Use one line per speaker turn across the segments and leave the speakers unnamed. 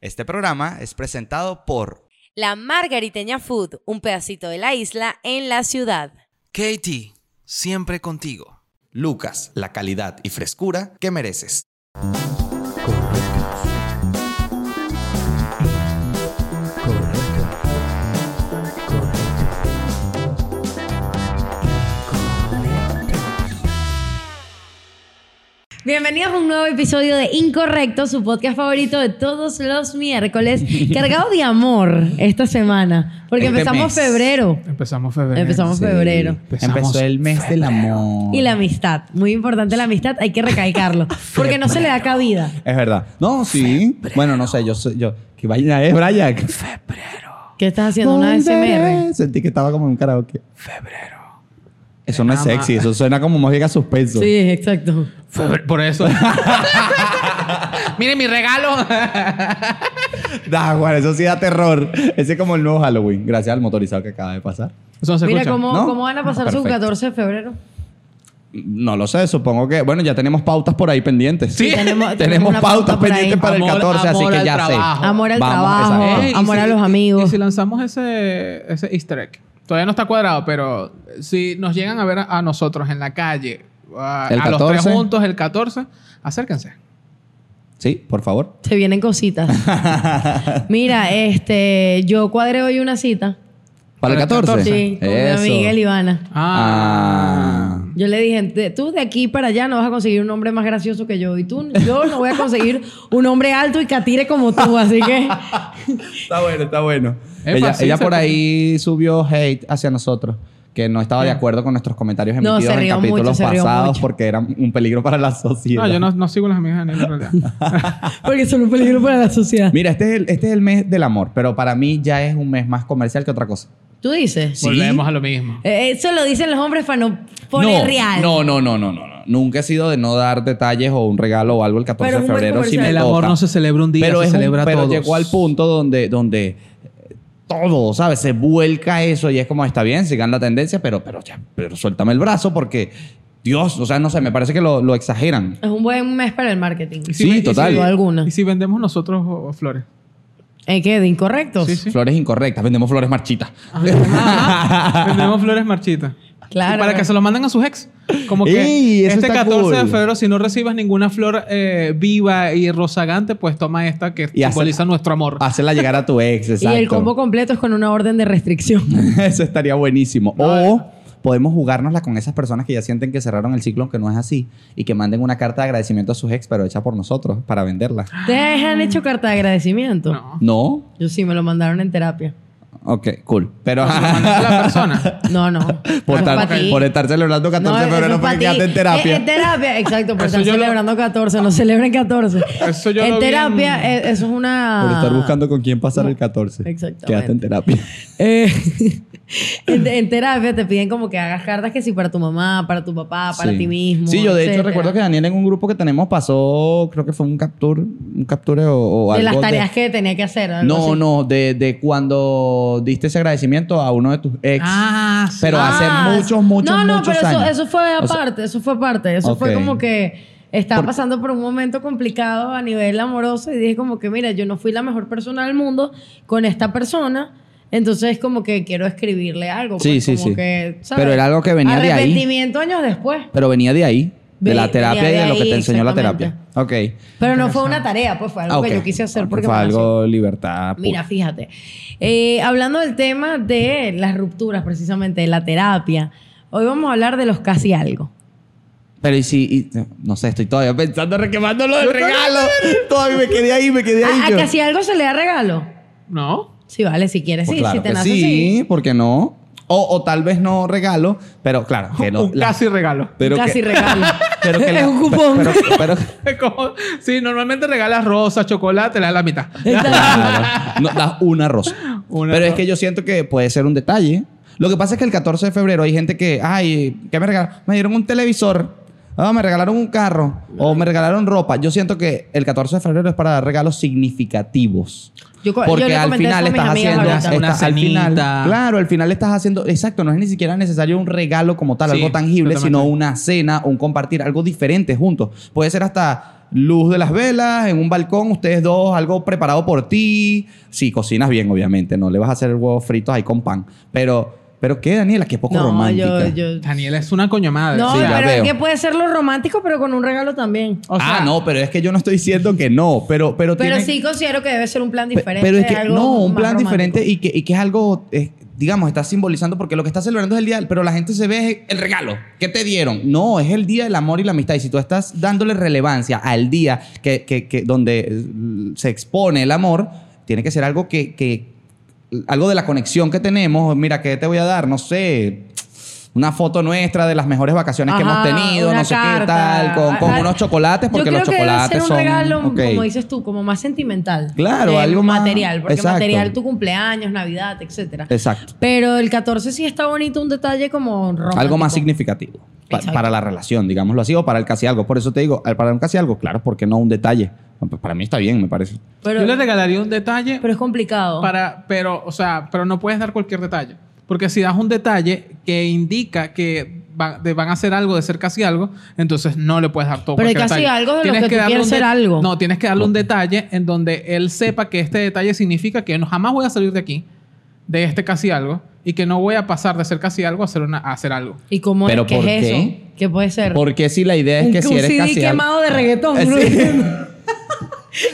Este programa es presentado por
La Margariteña Food, un pedacito de la isla en la ciudad.
Katie, siempre contigo.
Lucas, la calidad y frescura que mereces.
Bienvenidos a un nuevo episodio de Incorrecto, su podcast favorito de todos los miércoles, cargado de amor esta semana, porque
Este
empezamos
mes.
febrero
Empezamos febrero.
Empezamos febrero.
Empezamos
Empezó el mes del amor.
y la amistad. Muy importante la amistad, hay que recalcarlo, porque no se le da cabida.
Es verdad. No, sí. Bueno, no sé, yo soy yo. ¿Qué vaina es, Brian?
¿Qué estás haciendo? Una SMR.
Sentí que estaba como en un karaoke. Febrero. Eso no es sexy, eso suena como música suspenso.
Sí, exacto.
Febrero, Por eso. Miren mi regalo.
Da, Juan, eso sí da terror. Ese es como el nuevo Halloween, gracias al motorizado que acaba de pasar.
Eso no se
Mira
escucha.
cómo,
¿no? Ah,
cómo van a pasar su
Perfecto.
14 de febrero.
No lo sé, supongo que. Bueno, ya tenemos pautas por ahí pendientes.
Sí,
tenemos-
Ah, tenemos,
tenemos una pauta
pautas
por ahí.
pendientes para
Amor-
el 14, así
amor
que
al
ya
trabajo.
sé.
Amor al
Vamos,
trabajo,
exacto.
Ey, Ah, eh, y
amor
si-
a los
Y
amigos.
si lanzamos ese, ese easter egg. Todavía no está cuadrado, pero si nos llegan a ver a, a nosotros en la calle, a,
El
a los tres
14.
juntos el 14, acérquense.
Sí, por favor.
Se vienen cositas. Mira, este, yo cuadré hoy una cita.
¿Para el 14?
Sí, con mi amiga Ivana.
Ah.
Yo le dije, "De- tú de aquí para allá no vas a conseguir un hombre más gracioso que yo. Y tú, yo no voy a conseguir un hombre alto y catire como tú. Así que
Está bueno, está bueno.
Es
ella
fácil,
ella
se
por
puede.
ahí subió hate hacia nosotros, que no estaba de acuerdo con nuestros comentarios
No,
emitidos
se
en
rió mucho,
capítulos
se rió
pasados
mucho.
porque eran un peligro para la sociedad.
No, yo no, no sigo las amigas de Daniel en realidad.
Porque son un peligro para la sociedad.
Mira, este es, el, este es el mes del amor, pero para mí ya es un mes más comercial que otra cosa.
¿Tú dices?
Sí.
Volvemos a lo mismo.
Eh, eso lo dicen los hombres para no poner
no,
real.
No, no, no, no, no, no. Nunca he sido de no dar detalles o un regalo o algo el 14
Pero
de
es un mes
febrero. Si me
comercial.
El amor
toca.
no se celebra un día,
pero
se
es un-
celebra
pero
todos.
llegó al punto donde, donde eh, todo, ¿sabes? Se vuelca eso y es como, está bien, sigan la tendencia, pero, pero, ya, pero suéltame el brazo porque, Dios, o sea, no sé, me parece que lo, lo exageran.
Es un buen mes para el marketing.
Y
Sí,
ven- y
total.
ven-
Sin alguna.
¿Y si vendemos nosotros oh, flores?
¿Eh, ¿Qué? ¿De incorrectos?
Sí, sí.
Flores incorrectas, vendemos flores marchitas.
Vendemos flores marchitas.
Claro.
Y para que se lo manden a sus ex. Como que
¡Ey! Eso
este
está
14 de
cool.
febrero, si no recibas ninguna flor eh, viva y rozagante, pues toma esta que
Y hace- Ah.
simboliza nuestro amor.
Hacerla llegar a tu ex,
Y
exacto.
el combo completo es con una orden de restricción.
Eso estaría buenísimo. o podemos jugárnosla con esas personas que ya sienten que cerraron el ciclo, aunque no es así, y que manden una carta de agradecimiento a sus ex, pero hecha por nosotros, para venderla.
¿Te han hecho carta de agradecimiento?
No.
No.
Yo sí, me lo mandaron en terapia.
Ok, cool. Pero.
Se Pues lo mandas a la persona.
No, no.
Por,
Eso es
estar-
pa' ti.
por estar celebrando 14 de
eso
febrero
es
porque
pa' ti.
quedaste en terapia.
Eh, en terapia, exacto, por
Eso
estar
yo lo-
celebrando 14, no celebren 14.
Eso yo
en
lo vi en-
terapia, eh, eso es una.
por estar buscando con quién pasar el 14.
Ah. Exactamente.
Quedaste en terapia.
Eh, en, en terapia te piden como que hagas cartas que sí para tu mamá, para tu papá, Ah, para
Sí.
ti mismo.
Sí, yo de hecho
etcétera.
recuerdo que Daniel en un grupo que tenemos pasó, creo que fue un capture, un capture o, o
De
algo.
las tareas que tenía que hacer. algo
No,
así.
no, de, de cuando diste ese agradecimiento a uno de tus ex.
Ah, sí.
Pero
Ah,
hace muchos, muchos,
No, no,
muchos
pero
años.
Eso, eso fue
O sea,
aparte, eso fue aparte. Eso fue
Ok.
como que estaba
Por-
pasando por un momento complicado a nivel amoroso y dije como que, mira, yo no fui la mejor persona del mundo con esta persona. Entonces, como que quiero escribirle algo.
Sí,
pues,
sí,
como
sí.
que, ¿sabes?
Pero era algo que venía de ahí.
Arrepentimiento años después.
Pero venía de ahí, de
Ve-
la terapia y
venía de
de lo que
ahí,
te enseñó la terapia.
exactamente.
Ok.
Pero no fue una tarea, pues fue algo
Ah, ok.
que yo quise hacer porque
fue
me nació.
algo libertad.
Mira, fíjate. Eh, hablando del tema de las rupturas, precisamente, de la terapia, hoy vamos a hablar de los casi algo.
Pero y si, y- no sé, estoy todavía pensando, requemando lo del regalo. Todavía me quedé ahí, me quedé ahí.
¿A, a
yo.
Ah, casi algo se le da regalo?
¿no.
Sí, vale, si quieres,
Pues
sí,
claro
si te
que
nace,
sí,
sí.
¿por qué no? O, o tal vez no regalo, pero claro, que no.
un
la-
casi regalo.
pero
casi
que-
regalo.
pero que
es
la-
un cupón.
Pero, pero-
Como- sí, normalmente regalas rosa, chocolate, le das la mitad.
claro, no, das una rosa.
Una
pero es
rosa.
que yo siento que puede ser un detalle. Lo que pasa es que el 14 de febrero hay gente que, ay, ¿qué me regalaron? Me dieron un televisor. Ah, me regalaron un carro o me regalaron ropa. Yo siento que el 14 de febrero es para dar regalos significativos.
Yo co- yo
Porque
le
al
comenté eso
final
a mis
estás
amigas
haciendo
ahorita.
Una
estás- al final-
cenita.
claro, al final estás haciendo, exacto, no es ni siquiera necesario un regalo como tal,
Sí,
algo tangible,
totalmente.
sino una cena, un compartir, algo diferente juntos. Puede ser hasta luz de las velas, en un balcón, ustedes dos, algo preparado por ti. Si cocinas bien, obviamente, no le vas a hacer huevos fritos ahí con pan. Pero, pero ¿qué, Daniela? Qué poco
No, yo,
romántica.
yo.
Daniela es una coño madre.
No,
Sí, ya
pero es
veo.
que puede ser lo romántico, pero con un regalo también.
O sea,
ah, no, pero es que yo no estoy diciendo que no, pero, pero,
Pero
tiene-
sí considero que debe ser un plan
Pe-
diferente.
Pero es que,
algo
no, un
más
plan
romántico.
diferente y que, y que es algo, eh, digamos, está simbolizando porque lo que está celebrando es el día, pero la gente se ve es el regalo. ¿Qué te dieron? No, es el día del amor y la amistad. Y si tú estás dándole relevancia al día que, que- que- donde eh, se expone el amor, tiene que ser algo que, que- algo de la conexión que tenemos. Mira, ¿qué te voy a dar? No sé. Una foto nuestra de las mejores vacaciones
Ajá,
que hemos tenido,
una
no sé qué
carta.
tal, con, con
Ah,
unos chocolates, porque
Yo creo
los
que debe
chocolates
ser un
son.
regalo,
ok.
como dices tú, como más sentimental.
Claro,
Que
algo más-
material, porque
exacto.
material tu cumpleaños, Navidad, etcétera.
Exacto.
Pero el 14 sí está bonito un detalle como romántico.
Algo más significativo pa-
Exacto.
para la relación, digámoslo así, o para el casi algo. Por eso te digo, al- para un casi algo, claro, porque no un detalle. Para mí está bien, me parece.
Pero,
yo le regalaría un detalle
pero es complicado.
para, pero, o sea, pero no puedes dar cualquier detalle. Porque si das un detalle que indica que va- de- van a hacer algo, de ser casi algo, entonces no le puedes dar todo.
Pero hay
cualquier
casi
detalle.
algo de lo que tú
darle
quieres
un
ser
de-
algo.
No, tienes que darle un detalle en donde él sepa que este detalle significa que no, jamás voy a salir de aquí, de este casi algo, y que no voy a pasar de ser casi algo a ser, una, a hacer algo.
¿Y cómo
¿Pero
es que
por
es
qué?
eso? ¿Qué puede ser?
Porque si la idea es que
un,
si
un
eres
CD
casi algo-
quemado de reggaetón.
Eh,
¿no?
sí.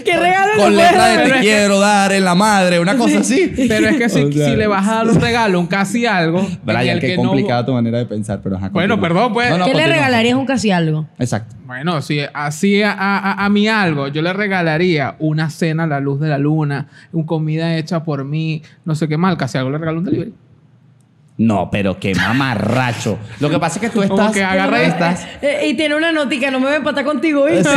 ¿Qué regalo le
Con
puedes
letra
dar?
de te quiero dar en la madre, una cosa así.
Pero es que si,
O sea,
si le vas a dar un regalo, un casi algo. en
Brian,
el
qué
que no-
complicada tu manera de pensar, pero ajá,
Bueno,
continúa.
perdón, pues.
¿Qué le
continúa.
regalarías un casi algo?
Exacto.
Bueno, si así a, a- a mí algo, yo le regalaría una cena a la luz de la luna, un comida hecha por mí, no sé qué mal, casi algo le regalo un delivery.
No, pero qué mamarracho. Lo que pasa es que tú
Como
estás.
que agarra-
estás
Eh, y tiene una notica, no me voy a empatar contigo. ¿eh?
Sí,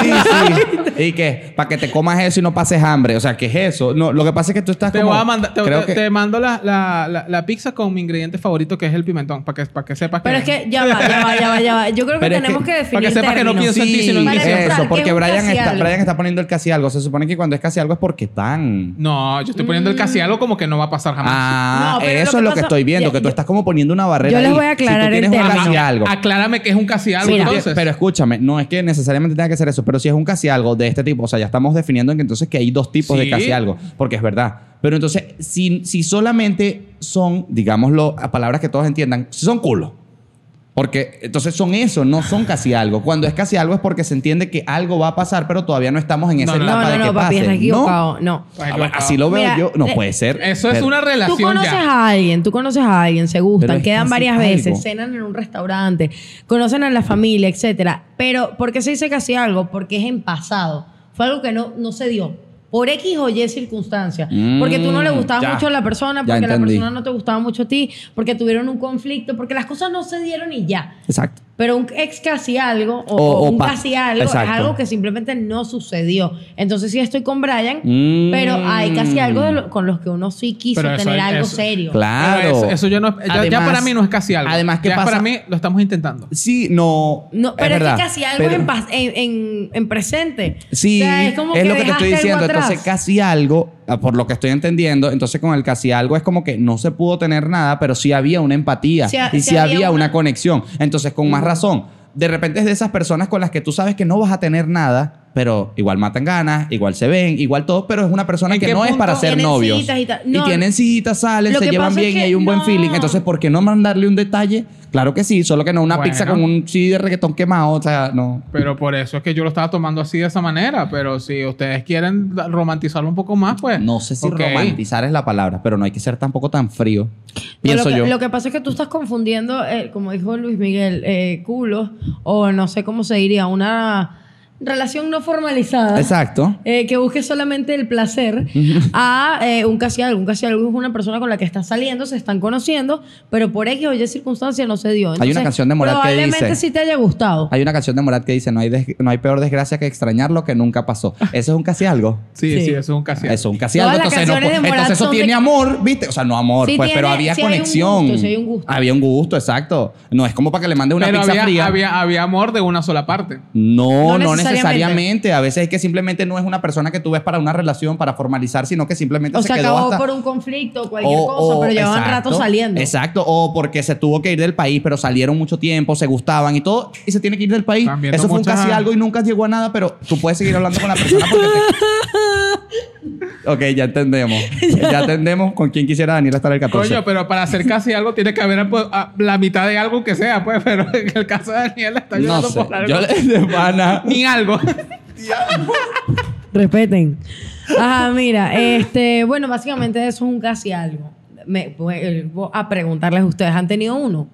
sí. ¿Y qué? Para que te comas eso y no pases hambre. O sea, ¿qué es eso? No, lo que pasa es que tú estás
Te
como...
voy a mandar, te,
creo
te-
que-
te mando la, la- la- la pizza con mi ingrediente favorito que es el pimentón, para que, para que sepas
Pero es
que.
que ya va, ya va, ya va, ya va. Yo creo que
Pero es
tenemos
que-
que,
para que
definir
sepas que no
términos.
pienso en ti, sino en mí.
Para demostrar
eso,
que
porque
es un
Brian
casi
está,
algo.
Brian está poniendo el casi algo. Se supone que cuando es casi algo es porque tan...
No, yo estoy poniendo el casi algo como que no va a pasar jamás.
Ah,
No, pero
eso es lo
lo que
que
pasa-
estoy viendo,
ya,
que tú
yo-
estás como poniendo una barrera.
yo les
ahí.
voy a aclarar
si tú
el
tienes un
término.
casi algo.
Aclárame que es un casi algo
Mira.
entonces.
Pero escúchame, no es que necesariamente tenga que ser eso, pero si es un casi algo de este tipo, o sea, ya estamos definiendo en que entonces que hay dos tipos de
Sí.
casi algo, porque es verdad. Pero entonces, si, si solamente son, digámoslo, a palabras que todos entiendan, si son culos. Porque entonces son eso, no son casi algo. Cuando es casi algo es porque se entiende que algo va a pasar, pero todavía no estamos en esa
No, no,
etapa
No,
de
no,
que
no, papi,
pase.
estás equivocado. No.
Ay,
Ah,
loco.
bueno, así lo veo
Mira,
yo. No
le-
puede ser.
Eso es
Pero-
una relación.
Tú conoces
ya.
a alguien, tú conoces a alguien, se
Pero
gustan,
es
quedan
casi
varias
algo.
veces, cenan en un restaurante, conocen a la familia, etcétera. Pero, ¿por qué se dice casi algo? Porque es en pasado. Fue algo que no, no se dio. Por X o Y circunstancia.
Mm,
porque tú no le gustabas
ya.
mucho a la persona,
Ya
porque la
entendí.
persona no te gustaba mucho a ti, porque tuvieron un conflicto, porque las cosas no se dieron y ya.
Exacto.
Pero un ex casi algo o,
O-
o
o
un
pa-
casi algo
Exacto.
es algo que simplemente no sucedió. Entonces sí estoy con Brian,
Mm.
pero hay casi algo de lo- con los que uno sí quiso
Pero eso
tener
hay-
algo
eso-
serio.
Claro.
Pero Eso, eso yo no, ya- ya,
Además-
para mí no es casi algo.
Además, ¿qué
ya
pasa?
para mí lo estamos intentando.
Sí, no.
No, pero es,
verdad.
que casi algo es
Pero-
en, pas- en, en- en presente.
Sí,
O sea, es como que
lo que te estoy
dejaste algo
diciendo.
atrás.
Entonces, casi algo, ah, por lo que estoy entendiendo, entonces con el casi algo es como que no se pudo tener nada, pero sí había una empatía
Sí ha-
y
sí
sí había
había
una...
una-
conexión. Entonces, con más razón, de repente es de esas personas con las que tú sabes que no vas a tener nada, pero igual matan ganas, igual se ven, igual todo, pero es una persona
¿En
que
qué
no es para
punto?
ser
Tienen
novios.
citas y tal.
y,
No.
tienen citas, salen,
Lo
se
que
llevan
pasa
bien
es
y
que
hay un buen
no.
feeling. Entonces, ¿por qué no mandarle un detalle? Claro que sí, solo que no una
Bueno.
pizza con un sí de reggaetón quemado, o sea, no.
Pero por eso es que yo lo estaba tomando así de esa manera. Pero si ustedes quieren da- romantizarlo un poco más, pues.
No sé si
ok.
romantizar es la palabra, pero no hay que ser tampoco tan frío.
Pero
Pienso
lo que,
yo.
Lo que pasa es que tú estás confundiendo, eh, como dijo Luis Miguel, eh, culos, o no sé cómo se diría, una relación no formalizada.
Exacto.
eh, que busque solamente el placer a eh, un casi algo. Un casi algo es una persona con la que estás saliendo, se están conociendo, pero por X o Y circunstancia no se dio.
Hay una canción de Morat que
Probablemente
dice-
sí te haya gustado.
Hay una canción de Morat que dice, no hay, des- no hay peor desgracia que extrañar lo que nunca pasó. Eso es un casi algo.
Sí,
Sí.
sí, eso es un casi.
Eso es un casi
Todas
algo.
las
Entonces, no
canciones
pu-
de Morat
entonces eso
son de-
tiene amor, ¿viste? O sea, no amor,
Sí
pues, pero
tiene-
había
sí hay un
conexión.
gusto, sí hay un gusto.
Había un gusto, exacto. No es como para que le mande una
pero
pizza
había,
fría.
Había, había amor de una sola parte.
No, no,
No
necesariamente. A veces es que simplemente no es una persona que tú ves para una relación, para formalizar, sino que simplemente
O
se
se
quedó
acabó
hasta-
por un conflicto, cualquier
o-
cosa,
o-
pero llevaban
exacto,
rato saliendo.
Exacto, o porque se tuvo que ir del país, pero salieron mucho tiempo, se gustaban y todo, y se tiene que ir del país.
Están viendo
Eso fue un
muchas-
casi algo y nunca llegó a nada, pero tú puedes seguir hablando con la persona porque te- Ok, ya entendemos. ya entendemos con quién quisiera Daniela estar el 14.
Coño, pero para hacer casi algo tiene que haber pues, a- la mitad de algo que sea, pues. Pero en el caso de Daniela está
no
llorando
sé.
por algo.
Yo le de pana.
Ni algo.
Respeten. Ajá, mira, este, bueno, básicamente eso es un casi algo. Me vuelvo a preguntarles a ustedes, ¿han tenido uno?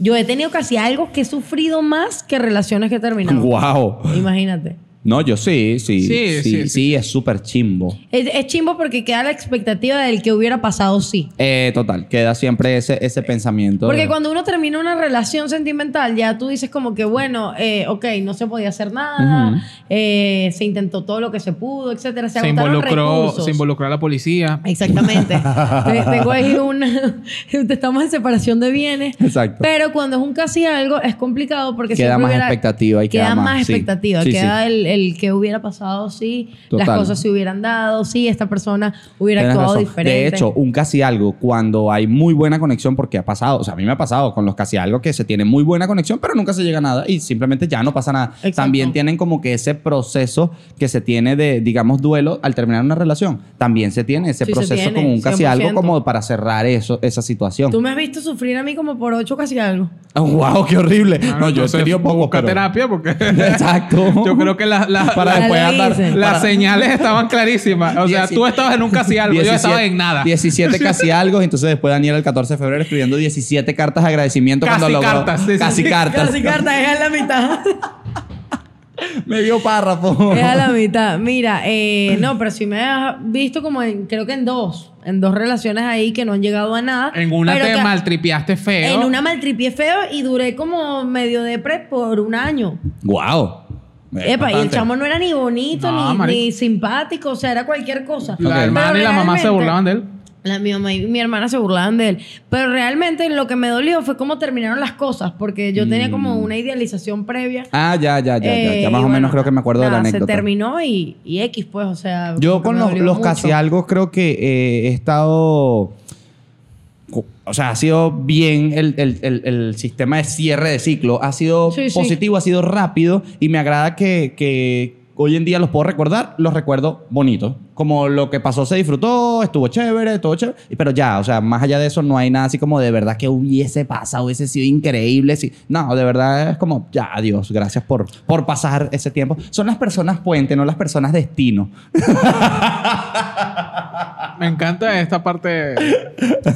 Yo he tenido casi algo que he sufrido más que relaciones que he terminado.
Wow.
Imagínate.
No, yo sí, sí.
Sí,
Sí, sí,
sí, sí.
es súper chimbo.
Es, es chimbo porque queda la expectativa del que hubiera pasado sí.
Eh, total, queda siempre ese, ese pensamiento.
Eh, Porque
de-
cuando uno termina una relación sentimental, ya tú dices como que, bueno, eh, ok, no se podía hacer nada,
Ujú.
eh, se intentó todo lo que se pudo, etcétera. Se,
Se
agotaron
involucró,
recursos.
se involucró a la policía.
Exactamente. Te- Tengo ahí una... Estamos en separación de bienes.
Exacto.
Pero cuando es un casi algo, es complicado porque
Queda
siempre
más
hubiera-
expectativa y queda
queda
más,
más
sí.
expectativa.
Sí,
queda
sí.
El, el que hubiera pasado, sí. Las
Total.
cosas se hubieran dado, sí. Esta persona hubiera
Tienes
actuado
razón.
diferente.
De hecho, un casi algo, cuando hay muy buena conexión, porque ha pasado, o sea, a mí me ha pasado con los casi algo que se tiene muy buena conexión, pero nunca se llega a nada y simplemente ya no pasa nada.
Exacto.
También tienen como que ese proceso que se tiene de, digamos, duelo al terminar una relación. También se tiene ese
Sí, se
proceso
tiene,
como un casi
100%.
algo como para cerrar eso, esa situación.
Tú me has visto sufrir a mí como por ocho casi algo.
¡Wow! ¡Qué horrible! no, yo he
Entonces,
tenido poco,
busca
pero...
terapia porque...
Exacto.
Yo creo que la- la-
Para
la-
después
Ya lo
andar...
dicen.
las
para-
señales estaban clarísimas. O sea,
Dieci-
tú estabas en un casi algo, yo
17
estaba en nada.
17 casi algo. y Entonces después Daniel el 14 de febrero escribiendo 17 cartas de agradecimiento
Casi
cuando logró.
cartas, sí, sí,
casi
sí.
cartas.
Casi carta, es a la mitad.
Me dio párrafo.
Es a la mitad. Mira, eh, no, pero si me has visto como en, creo que en dos, en dos relaciones ahí que no han llegado a nada.
En una
pero
te
que-
maltripiaste feo.
En una maltripié feo y duré como medio depre por un año.
Wow.
Epa, y el chamo no era ni bonito,
No,
ni,
marico.
ni simpático, o sea, era cualquier cosa.
La
Ok.
hermana y la mamá se burlaban de él.
La, mi mamá y mi hermana se burlaban de él. Pero realmente lo que me dolió fue cómo terminaron las cosas, porque yo tenía como
Mm.
una idealización previa.
Ah, ya, ya, ya, ya.
Eh,
Ya más
y
o
bueno,
menos creo que me acuerdo de la
nada,
anécdota.
Se terminó y, y X, pues, o sea.
Yo
porque
con
me
los,
dolió
los
mucho.
casi algo creo que eh, he estado... co- O sea, ha sido bien el, el- el- el sistema de cierre de ciclo. Ha sido
Sí, sí.
positivo, ha sido rápido y me agrada que, que hoy en día los puedo recordar, los recuerdo bonitos. Como lo que pasó se disfrutó, estuvo chévere, todo chévere. y- Pero ya, o sea, más allá de eso no hay nada así como de verdad que hubiese pasado, hubiese sido increíble. sí. No, de verdad es como, ya, adiós, gracias por, por pasar ese tiempo. Son las personas puente, no las personas destino.
Me encanta esta parte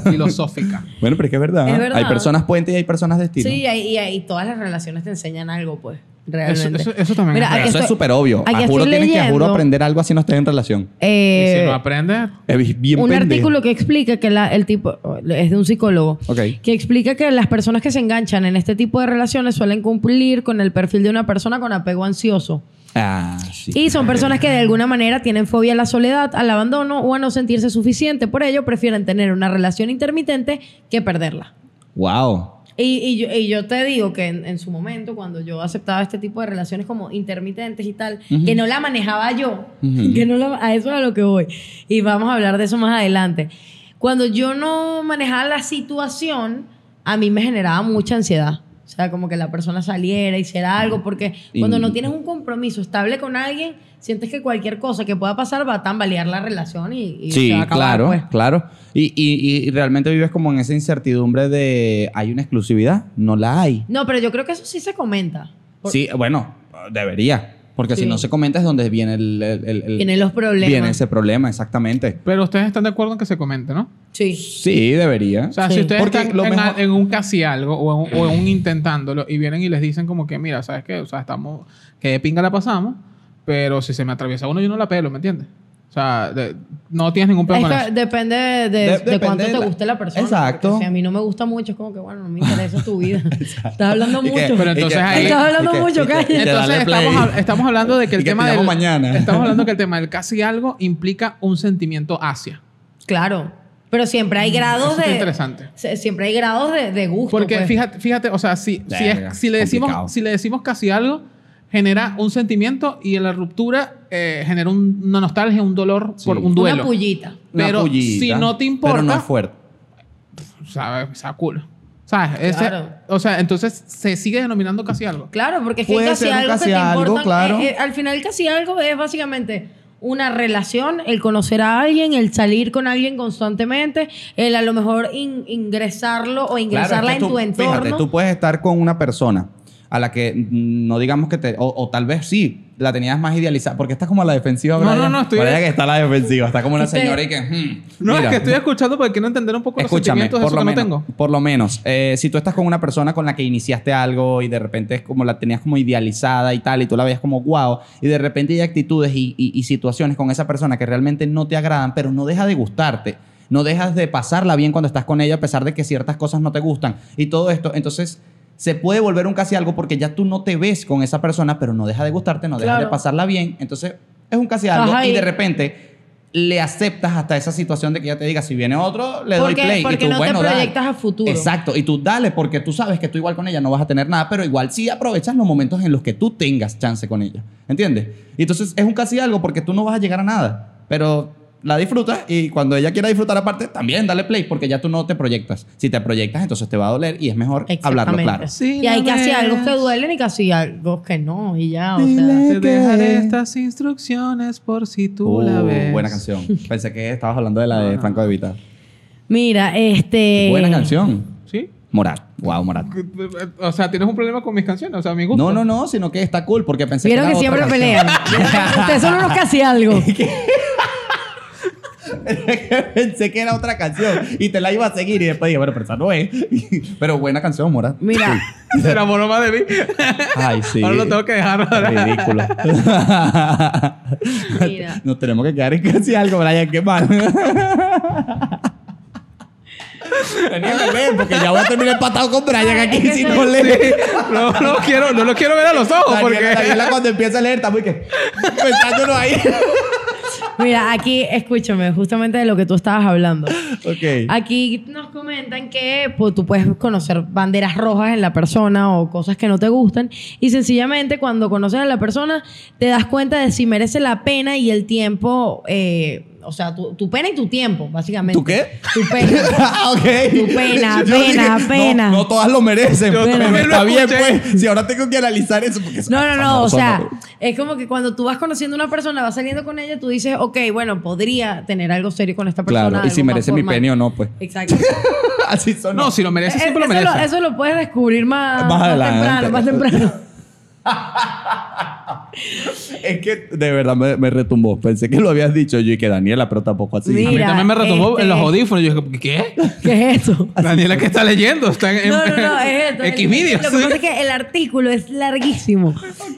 filosófica.
Bueno, pero es que es verdad.
Es verdad.
Hay personas puente y hay personas destino.
Sí, y, ahí- y ahí todas las relaciones te enseñan algo, pues.
Eso,
Realmente.
eso, eso también
Mira,
es real.
aquí
Eso es
estoy-
súper obvio.
aquí
A juro
estoy
tienes que a juro
leyendo.
aprender algo así no estés en relación.
Y
Eh,
si no ah, aprendes,
Es bien
un
pendejo.
artículo que explica que la- el tipo es de un psicólogo
Ok.
que explica que las personas que se enganchan en este tipo de relaciones suelen cumplir con el perfil de una persona con apego ansioso
Ah, sí.
y son personas que de alguna manera tienen fobia a la soledad, al abandono o a no sentirse suficiente, por ello prefieren tener una relación intermitente que perderla.
Wow.
Y, y yo, y yo te digo que en, en su momento, cuando yo aceptaba este tipo de relaciones como intermitentes y tal, que no la manejaba yo,
Ujú.
que no la- a eso es a lo que voy. Y vamos a hablar de eso más adelante. Cuando yo no manejaba la situación, a mí me generaba mucha ansiedad. O sea, como que la persona saliera, hiciera algo, porque
Y-
cuando no tienes un compromiso estable con alguien, sientes que cualquier cosa que pueda pasar va a tambalear la relación y, y
sí,
se va a acabar.
claro,
pues.
claro. Y, y- y realmente vives como en esa incertidumbre de hay una exclusividad, no la hay.
No, pero yo creo que eso sí se comenta. Por-
Sí, bueno, debería. Porque
Sí.
si no se comenta es donde viene el, el- el- el-
Tienen los problemas.
Viene ese problema, exactamente.
pero ustedes están de acuerdo en que se comente, ¿no?
Sí.
Sí, debería.
O sea,
Sí.
si ustedes
Porque
están
lo
en,
mejor-
en un casi algo o en, o en un intentándolo y vienen y les dicen como que, mira, ¿sabes qué? O sea, estamos, que de pinga la pasamos, pero si se me atraviesa uno, yo no la pelo, ¿me entiendes? O sea, de- no tienes ningún
Es
problema
que
con eso.
depende de,
De-
de- de
depende
cuánto
de
te
la-
guste la persona.
Exacto.
porque Si a mí no me gusta mucho, es como que, bueno, no me interesa tu vida. Estás hablando
Y que-
mucho.
Pero
y que-
entonces ahí-
Estás hablando
y que-
mucho,
y que-
calla.
y que dale
Entonces estamos,
play.
hab- estamos hablando de que el
Y que
tema
te
del
llamo mañana.
estamos hablando que el tema del casi algo implica un sentimiento hacia.
Claro. Pero siempre hay grados
Eso está
de.
interesante.
se- Siempre hay grados de, de gusto.
Porque
pues.
fíjate, fíjate, o sea, si, si, es-
Verga,
si le decimos
complicado.
si le decimos casi algo genera un sentimiento y en la ruptura eh, genera un- una nostalgia, un dolor por un
Una
duelo.
pullita.
Una
Pero
pullita,
si no te
Pero no
importa-
es fuerte.
¿Sabes? Esa culo. ¿Sabes? Ese-
Claro.
O sea, entonces se sigue denominando casi algo.
Claro, porque es que
Puede
casi
ser un
algo
casi
que te
algo,
importan-
claro.
eh, eh, al final casi algo es básicamente una relación, el conocer a alguien, el salir con alguien constantemente, el a lo mejor in- ingresarlo o ingresarla
Claro, es que
en
tú-
tu entorno.
Fíjate, tú puedes estar con una persona a la que mm, no digamos que te... O, o tal vez sí, la tenías más idealizada. Porque estás como a la defensiva,
No,
Brian.
no, no, estoy-
Brian que está a la defensiva. Está como una
Ustedes-
señora y que... mm,
No,
mira,
es que estoy escuchando porque quiero entender un poco
Escúchame,
los sentimientos
por
de
lo,
eso que
menos,
no tengo.
por lo menos, eh, si tú estás con una persona con la que iniciaste algo y de repente es como la tenías como idealizada y tal, y tú la veías como guau, y de repente hay actitudes y, y- y situaciones con esa persona que realmente no te agradan, pero no deja de gustarte, no dejas de pasarla bien cuando estás con ella, a pesar de que ciertas cosas no te gustan y todo esto, entonces se puede volver un casi algo porque ya tú no te ves con esa persona, pero no deja de gustarte, no deja
Claro.
de pasarla bien, entonces es un casi algo
Ajá,
y
y-
de repente le aceptas hasta esa situación de que ya te diga si viene otro le doy
Porque-
play
porque
y tú,
no te
bueno, dale.
proyectas a futuro.
Exacto, y tú dale porque tú sabes que tú igual con ella no vas a tener nada, pero igual sí aprovechas los momentos en los que tú tengas chance con ella, ¿entiendes? Y entonces es un casi algo porque tú no vas a llegar a nada, pero la disfrutas y cuando ella quiera disfrutar aparte, también dale play porque ya tú no te proyectas. Si te proyectas, entonces te va a doler y es mejor hablarlo
Exactamente.
claro.
Sí,
y hay
no
casi
me-
algo que duelen y casi algo que no, y ya, o sea.
Dile
Te
que-
dejaré estas instrucciones por si tú la
Oh,
Uh,
ves.
buena canción. Pensé que estabas hablando de la de Franco de Vita.
Mira, este...
Buena canción.
¿Sí?
Morat. Wow, Morat.
O sea, tienes un problema con mis canciones, o sea, mi gusto.
No, no, no, sino que está cool porque pensé
Vieron
que
que
era
siempre
otra
pelean. Ustedes son unos casi algo.
canción. pensé que era otra canción y te la iba a seguir y después dije, bueno, pero esa no es. pero buena canción, Morat.
Mira,
Se enamoró más de mí.
Ay, sí.
Ahora lo tengo que dejar. ahora.
Ridículo.
Mira.
Nos tenemos que quedar en casi algo, Brian. Qué mal. Tenía que ver, porque ya voy a terminar empatado con Brian aquí si no lee.
No, no, quiero, no lo quiero ver a los ojos
Daniela,
porque...
Daniela cuando empieza a leer está muy que pensándolo ahí.
mira, aquí, escúchame, justamente de lo que tú estabas hablando.
ok.
Aquí nos comentan que pues, tú puedes conocer banderas rojas en la persona o cosas que no te gustan y sencillamente cuando conoces a la persona te das cuenta de si merece la pena y el tiempo, eh, o sea, tu, tu pena y tu tiempo, básicamente.
¿Tu qué?
Tu pena.
Ah, ok.
Tu pena,
Yo dije,
pena,
no,
pena.
No, todas lo merecen.
Yo
pero
también lo
está bien,
escuché.
pues. Si ahora tengo que analizar eso, porque
No, no,
son-
no, o
son-
sea, es como que cuando tú vas conociendo a una persona, vas saliendo con ella, tú dices, ok, bueno, podría tener algo serio con esta persona.
Claro, y si
algo más
merece mi
formal".
pene o no, pues.
Exacto.
Así son.
No, si lo merece,
Eh,
siempre lo
eso,
merece.
lo, eso lo puedes descubrir más,
Más
más temprano,
adelante.
más temprano.
Es que de verdad me, me retumbó. Pensé que lo habías dicho yo y que Daniela, pero tampoco así.
Mira.
a mí también me retomó
este-
en los audífonos. Yo dije, ¿qué?
¿Qué es eso?
Daniela, ¿qué está leyendo? Está en,
No, no, no, es esto.
X
Lo que pasa es que el artículo es larguísimo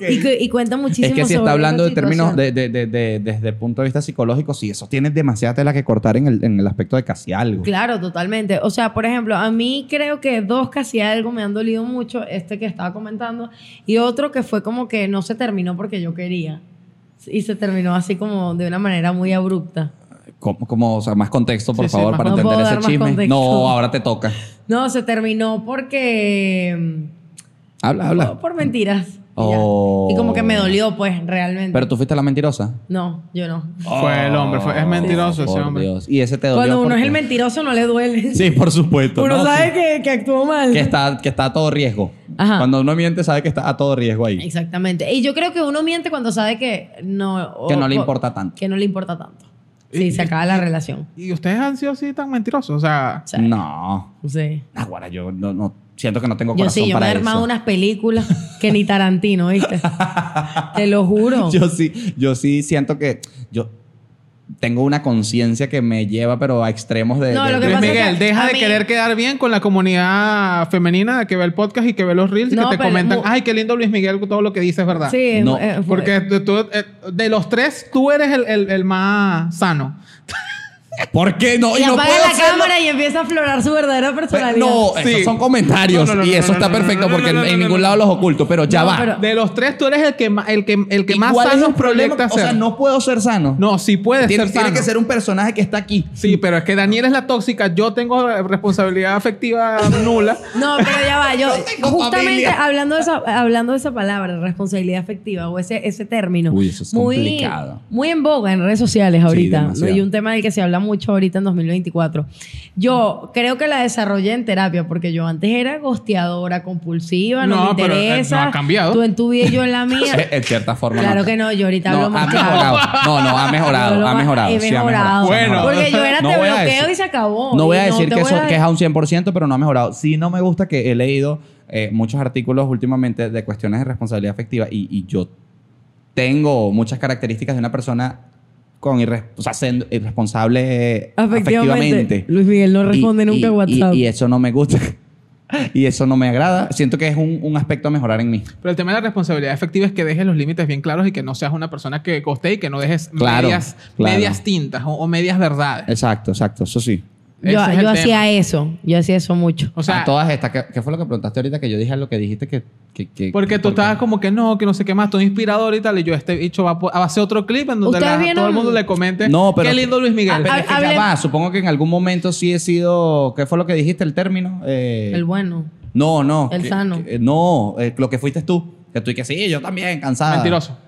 y, cu- y cuenta muchísimo
Es que si
sobre
está hablando
esa
de términos
situación.
de, de- de- de- desde el punto de vista psicológico, sí, eso tiene demasiada tela que cortar en el, en el aspecto de casi algo.
Claro, totalmente. O sea, por ejemplo, a mí creo que dos casi algo me han dolido mucho, este que estaba comentando, y otro que fue como que no se terminó porque yo quería. Y se terminó así como de una manera muy abrupta.
Como, como, o sea, más contexto, por
Sí, sí,
favor,
más
para
contexto.
entender
No puedo
ese
dar más
chisme.
contexto.
No, ahora te toca.
No, se terminó porque... mm,
Habla, habla.
Por, por mentiras. Y ya.
Oh.
Y como que me dolió, pues, realmente.
Pero tú fuiste la mentirosa.
No, yo no.
Fue el hombre, fue- es mentiroso ese
Ah, por
hombre.
Dios. Y ese te dolió.
Cuando uno
porque-
es el mentiroso no le duele.
Sí, por supuesto.
uno
¿no?
sabe
Sí.
que, que actuó mal.
que está, que está a todo riesgo.
Ajá.
Cuando uno miente, sabe que está a todo riesgo ahí.
Exactamente. Y yo creo que uno miente cuando sabe que no... o-
Que no le
o-
importa tanto.
Que no le importa tanto. Sí, se acaba la relación.
¿Y ustedes han sido así tan mentirosos? O sea,
Sí.
No.
Sí.
Ahora yo no, no- siento que no tengo
Yo
corazón
sí, yo me
para
he armado
eso.
unas películas que ni Tarantino, ¿viste? Te lo juro.
Yo sí, yo sí siento que yo tengo una conciencia que me lleva, pero a extremos de.
No,
de-
lo que
de-
Luis
pasa es
Miguel,
que
deja
a
de
mí-
querer quedar bien con la comunidad femenina que ve el podcast y que ve los reels y
No,
que te
pero
comentan,
mu-
ay, qué lindo Luis Miguel, todo lo que dice es verdad.
sí, es-
No,
eh, fue-
Porque tú- tú- eh, de los tres, tú eres el, el- el más sano.
¿Por qué no?
Y,
no
apaga
puedo
la
hacerlo.
cámara y empieza a aflorar su verdadera personalidad.
No,
Sí.
esos son comentarios
No, no, no,
y
no,
eso
no,
está
no, no,
perfecto
no, no,
porque
no, no,
en
no,
ningún
no.
lado los oculto, pero ya
No,
va.
pero-
De los tres, tú eres el que más, el que, el que
¿Y
más
cuál es el
sanos
problema?
proyecta
O sea,
ser.
no puedo ser sano.
No, sí puede
tiene,
ser
tiene
sano.
que ser un personaje que está aquí.
Sí, pero es que Daniela es la tóxica. Yo tengo eh, responsabilidad afectiva nula.
No, pero ya va, yo
No tengo
justamente
familia.
hablando de, esa, hablando de esa palabra, responsabilidad afectiva o ese, ese término.
Uy, eso es
muy,
complicado.
Muy en boga en redes sociales ahorita. ¿no?
demasiado.
y un tema del que se habla mucho ahorita en 2024. Yo creo que la desarrollé en terapia porque yo antes era gosteadora, compulsiva, no,
No,
me
pero, eh,
interesa.
no ha cambiado.
Tú en tu vida y yo en la
Eh,
mía.
En cierta forma.
claro que no, yo ahorita
No,
hablo
ha
más
mejorado.
claro.
No, no, ha mejorado.
Hablo
ha
más-
mejorado.
He
sí, ha
mejorado.
Bueno.
Porque yo era
No
te
voy a
bloqueo
decir-
y se acabó.
No voy a
Y
decir
te
que,
voy
eso-
a-
que es a un 100%, pero no ha mejorado. Sí no me gusta que he leído eh, muchos artículos últimamente de cuestiones de responsabilidad afectiva y, y yo tengo muchas características de una persona con irre- o sea, siendo irresponsable afectivamente.
Luis Miguel no responde
Y-
nunca
y-
a WhatsApp.
Y, y eso no me gusta. y eso no me agrada. Siento que es un, un aspecto a mejorar en mí.
Pero el tema de la responsabilidad efectiva es que dejes los límites bien claros y que no seas una persona que coste y que no dejes
Claro,
medias,
claro.
medias tintas o, o medias verdades.
Exacto, exacto. Eso sí.
Ese
Yo,
es el
yo hacía
tema.
eso, yo hacía eso mucho.
O sea,
a todas estas. ¿qué, qué fue lo que preguntaste ahorita que yo dije lo que dijiste que... que, que
porque tú
porque-
estabas como que no, que no sé qué más, todo inspirador y tal. Y yo, este bicho va a, po- va a hacer otro clip en donde
¿Ustedes
la-
vieron- Ah,
todo el mundo le comente.
No, pero-
Qué lindo Luis Miguel.
Pero es que ya
Hable-
va, supongo que en algún momento sí he sido. ¿Qué fue lo que dijiste el término? Eh,
El bueno.
no, no.
el
que-
sano.
que- no, eh, lo que fuiste tú. Que tú y que sí, yo también, cansada.
Ah, Mentiroso.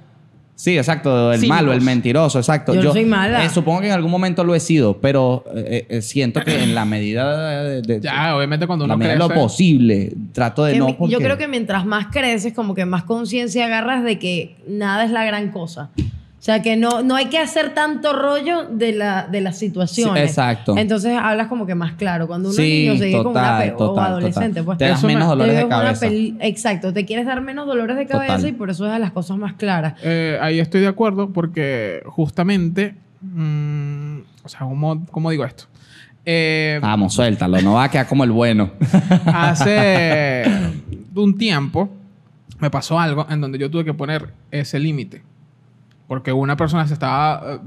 Sí, exacto. El
Cínicos.
malo, el mentiroso, exacto.
Yo no soy mala.
eh, supongo que en algún momento lo he sido, pero eh, eh, siento que en la medida de. de-
Ya, obviamente cuando
la
uno
medida de lo
crece...
posible, trato de
Que
Eh, no.
mi-
porque-
Yo creo que mientras más creces, como que más conciencia agarras de que nada es la gran cosa. O sea, que no, no hay que hacer tanto rollo de, la, de las situaciones.
Sí, exacto.
Entonces hablas como que más claro. Cuando uno
Sí,
es niño se vive con una
total,
pe- o
total,
adolescente,
total.
pues.
Te das
Eso me-
menos
te
dolores de
vives con una
cabeza.
peli- Exacto, te quieres dar menos dolores de cabeza
Total.
y por eso es de las cosas más claras.
Eh, ahí estoy de acuerdo porque justamente... mm, o sea, ¿cómo, cómo digo esto? Eh,
Vamos, suéltalo, no va a quedar como el bueno.
hace un tiempo me pasó algo en donde yo tuve que poner ese límite. Porque una persona se estaba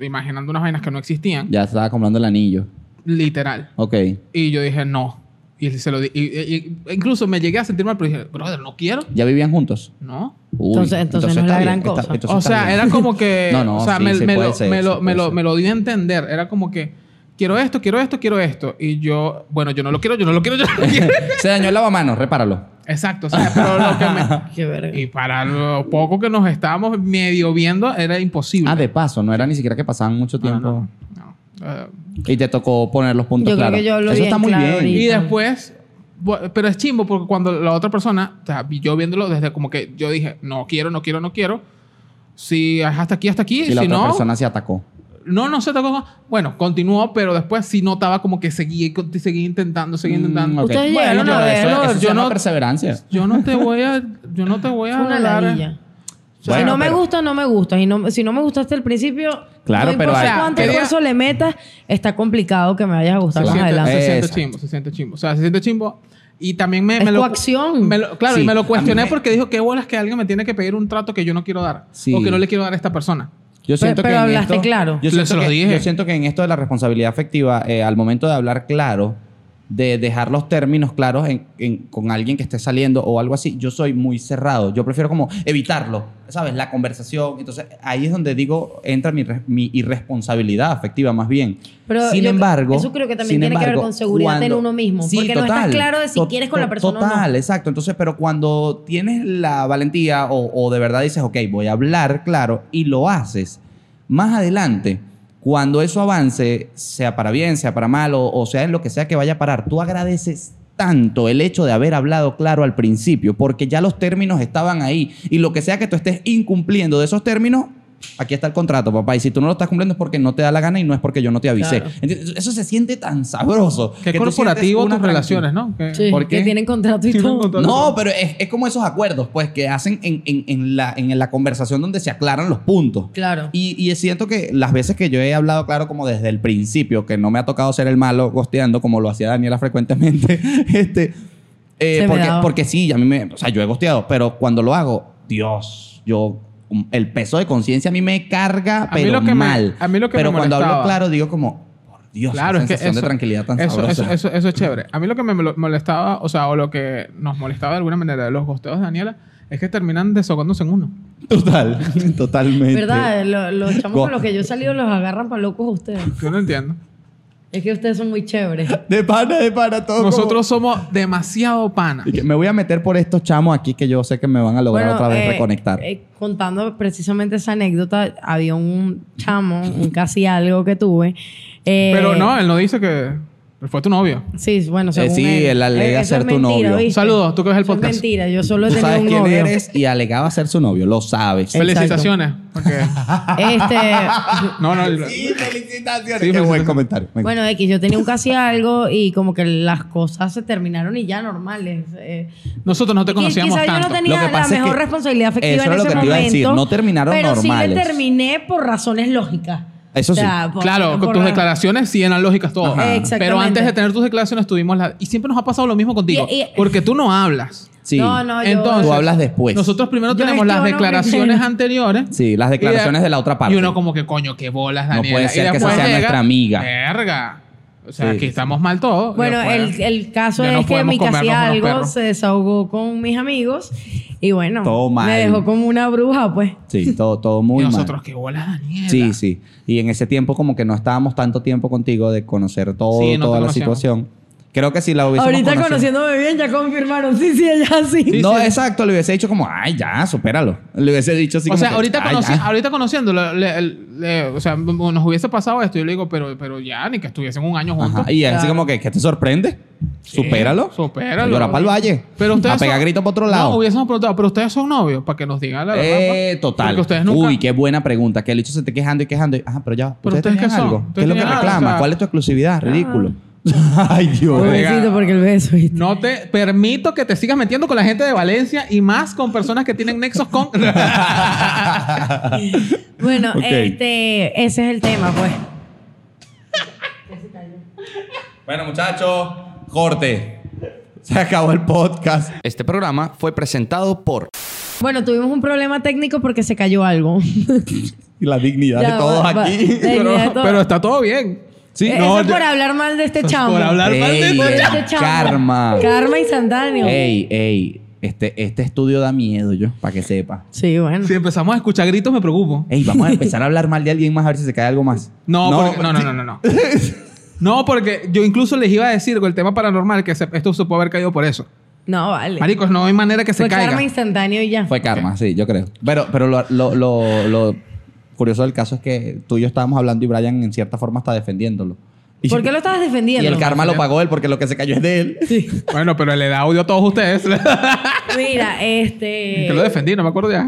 eh, imaginando unas vainas que no existían,
ya estaba comprando el anillo.
literal.
Ok.
Y yo dije, no. Y se lo di- y- y- y- incluso me llegué a sentir mal, pero dije, brother, no quiero.
¿Ya vivían juntos?
No.
Uy,
Entonces- entonces no es
está
la
bien,
gran
está-
cosa.
entonces
O
está
sea,
bien.
era como que.
No, no,
o sea,
sí,
me,
sí
me
puede
lo,
ser,
me,
sí
lo,
puede
me, lo,
ser.
me lo dio a entender. Era como que. Quiero esto, quiero esto, quiero esto. Y yo, bueno, yo no lo quiero, yo no lo quiero, yo no lo quiero.
Se dañó el lavamanos, repáralo.
Exacto, o sea, pero lo que me,
Qué verga.
Y para lo poco que nos estábamos medio viendo, era imposible.
Ah, de paso, no era ni siquiera que pasaban mucho
No,
tiempo.
Ah, no, no. Eh,
Y te tocó poner los puntos
Yo creo
claros.
que yo lo
Eso
vi
está
en
muy
claro
bien.
ahorita.
y
Ujú.
después, bu- pero es chimbo porque cuando la otra persona, o sea, yo viéndolo desde como que yo dije, no quiero, no quiero, no quiero. Si es hasta aquí, hasta aquí.
Y la
si
otra
no,
persona se atacó.
no, no se tocó. Bueno, continuó, pero después sí notaba como que seguía, y con- seguía intentando, seguía intentando.
Mm, ok.
Ustedes
Bueno,
llegaron
yo-
a
eso,
ver.
eso
yo
se llama
no-
perseverancia.
Yo no te voy a, yo no te voy
Es
a
una
dar-
ladilla.
Bueno,
si no me
pero-
gusta, no me gusta. Y no, si no me gustaste al principio,
Claro,
no
pero
importa
hay-
cuánto
que diga-
esfuerzo le metas, está complicado que me vayas a gustar
Se
más
siente,
adelante.
se siente
Exacto.
chimbo, se siente chimbo. O sea, se siente chimbo. Y también me,
Es
me lo.
coacción.
me lo- claro,
Sí,
y me
a
lo
mí
cuestioné
me-
porque dijo: Qué bolas que alguien me tiene que pedir un trato que yo no quiero dar.
Sí.
O que no le quiero dar a esta persona.
Yo
Pe-
siento
pero
que en
hablaste
esto-
claro.
Yo
Se
siento,
los
que,
dije.
yo siento que en esto de la responsabilidad afectiva, eh, al momento de hablar claro, de dejar los términos claros en- en- con alguien que esté saliendo o algo así, yo soy muy cerrado. Yo prefiero como evitarlo, ¿sabes? La conversación. Entonces ahí es donde digo, entra mi, re- mi irresponsabilidad afectiva más bien.
Pero
Eh, sin
yo-
embargo...
eso creo que también
sin
tiene que ver
embargo,
con seguridad en
cuando-
uno mismo, porque no estás claro de si
to-
quieres con la
to-
persona o no.
Total, exacto. Entonces, pero cuando tienes la valentía o, o de verdad dices, ok, voy a hablar claro y lo haces, más adelante, cuando eso avance, sea para bien, sea para mal o, o sea en lo que sea que vaya a parar, tú agradeces tanto el hecho de haber hablado claro al principio, porque ya los términos estaban ahí y lo que sea que tú estés incumpliendo de esos términos, aquí está el contrato, papá, y si tú no lo estás cumpliendo es porque no te da la gana y no es porque yo no te avisé.
Claro.
Entonces, eso se siente tan sabroso.
Qué
que tú
corporativo
sientes
tus
una
relaciones, ¿no? Que-
Sí,
¿Por
Que
qué?
tienen contrato y
Tienen
todo.
contrato.
No, pero es, es como esos acuerdos, pues, que hacen en, en- en la, en la conversación donde se aclaran los puntos.
Claro.
Y, y siento que las veces que yo he hablado, claro, como desde el principio, que no me ha tocado ser el malo gosteando, como lo hacía Daniela frecuentemente, este, eh,
Se me
porque,
daba.
porque sí, a mí me, o sea, yo he gosteado, pero cuando lo hago, Dios, yo el peso de conciencia a mí me carga,
A mí
pero
lo que me-
mal.
a mí lo que
pero
me
cuando hablo
molestaba-
claro, digo como, por Dios,
Claro,
qué
es que
sensación
eso,
de tranquilidad tan
eso,
sabrosa.
eso, eso, eso es chévere. A mí lo que me mol- molestaba, o sea, o lo que nos molestaba de alguna manera de los gosteos de Daniela, es que terminan desocándose en uno.
Total, totalmente.
¿Verdad? Lo- los chamos
Go-
con los que yo he salido los agarran para locos a ustedes.
Yo no entiendo.
Es que ustedes son muy chéveres.
De pana, de pana, todo. como-
Nosotros somos demasiado pana.
Y que Me voy a meter por estos chamos aquí que yo sé que me van a lograr
Bueno,
otra vez
eh,
reconectar.
eh, contando precisamente esa anécdota, había un chamo, un casi algo que tuve. eh,
Pero no, él no dice que fue tu novio.
Sí, bueno, según
Eh, sí,
él. Eh,
él alega
eso
ser
es
tu
mentira,
novio.
¿viste?
Saludos, tú que ves el
Eso es
podcast.
mentira, yo solo he
Tú
tenido
sabes
un
quién
novio.
eres y alegaba ser su novio, lo sabes.
Eh,
Exacto.
Felicitaciones. porque-
Este,
No, no, el-
felicitaciones.
Sí,
Qué buen
felicitaciones.
comentario. Venga.
Bueno, X, yo tenía un casi algo y como que las cosas se terminaron y ya normales. eh.
nosotros no te
Qui-
conocíamos
Quizás
tanto.
yo no tenía
Lo que
la
pasa es
mejor
que-
responsabilidad afectiva
eso
en
era
ese
lo que te
momento.
iba a decir, no terminaron
pero sí
normales.
le terminé por razones lógicas.
Eso sí.
por-
Claro, con
por-
tus declaraciones sí eran lógicas todas.
Ajá. Exactamente.
Pero antes de tener tus declaraciones tuvimos la... Y siempre nos ha pasado lo mismo contigo.
Y- y-
Porque tú no hablas.
sí.
No, no, yo-
Entonces,
Tú hablas después.
Nosotros primero
Yo
tenemos las
gestiono
declaraciones
primero.
anteriores.
Sí, las
Y
declaraciones de la otra parte.
Y uno como que, coño, qué bolas,
No
Daniela.
puede
Y
ser que esa
después
sea
llega,
nuestra amiga.
Verga. O sea,
Sí,
aquí
sí.
estamos mal todos.
Bueno,
Y después-
el, el caso
pues. ya no
es que
podemos
mi casi
comernos unos
algo
perros.
se desahogó con mis amigos y bueno,
Todo mal.
me dejó como una bruja, pues.
Sí, todo, todo
Y
muy mal.
nosotros, qué bolas, Daniela.
Sí, sí. Y en ese tiempo como que no estábamos tanto tiempo contigo de conocer todo,
Sí, no te
toda la
conocíamos.
situación. Creo que si la hubiésemos
Ahorita
conocido-
conociéndome bien ya confirmaron, sí, sí, ella sí.
no, eh, exacto, le hubiese dicho como, ay, ya, supéralo. Le hubiese dicho así
O
como
sea,
que,
ahorita,
"Ay,
conoci-
ya".
ahorita conociéndolo, le- le- o sea, m- nos hubiese pasado esto. Yo le digo, pero, pero ya, ni que estuviesen un año juntos.
Ajá, Y así como que, ¿qué te sorprende? supéralo.
Supéralo.
Llora para el valle.
Pero ustedes
A pegar
son-
gritos para otro
No,
lado.
hubiésemos preguntado, pero ustedes son novios, para que nos digan la verdad.
Eh,
pues.
total.
Porque ustedes nunca...
Uy, qué buena pregunta. Que el hecho se esté quejando y quejando. y- Ajá, pero ya.
Pero
¿ustedes
ustedes qué
tenían
son?
algo? ¿Qué
¿Ustedes
es lo que
tenían algo?
reclama?
O sea-
¿Cuál es tu exclusividad? Ridículo. Ay, Dios.
Pobre-
Pobrecito, porque el beso, ¿viste?
No te permito que te sigas metiendo con la gente de Valencia y más con personas que tienen nexos con...
Bueno,
Ok.
este, ese es el tema, pues.
Bueno, muchachos, corte. Se acabó el podcast.
Este programa fue presentado por
Bueno, tuvimos un problema técnico porque se cayó algo.
Y la dignidad
Ya,
de todos
va- va.
aquí.
Eh,
pero,
mira, todo-
pero está todo bien.
Sí,
Eh,
no,
Eso
yo-
por hablar mal de este chamo.
Por hablar mal de
Ey,
ti.
Por
el
este chamo.
karma.
Karma y Sandanio.
Ey, ey. Este, este estudio da miedo, yo, para que sepa.
Sí, bueno.
Si empezamos a escuchar gritos, me preocupo.
Ey, vamos a empezar a hablar mal de alguien más a ver si se cae algo más. pues,
No, porque- no, no, no, no, no. No, porque yo incluso les iba a decir con el tema paranormal que se- esto se puede haber caído por eso.
No, vale.
Maricos, no hay manera que se
Fue
caiga.
karma instantáneo y ya.
Fue karma, sí, yo creo. Pero, pero lo, lo- lo- lo curioso del caso es que tú y yo estábamos hablando y Brian en cierta forma está defendiéndolo. Y,
¿Por qué lo estabas defendiendo?
y el karma lo pagó él porque lo que se cayó es de él.
Sí.
Bueno, pero le da audio a todos ustedes.
Mira, este.
Que lo defendí, no me acuerdo ya.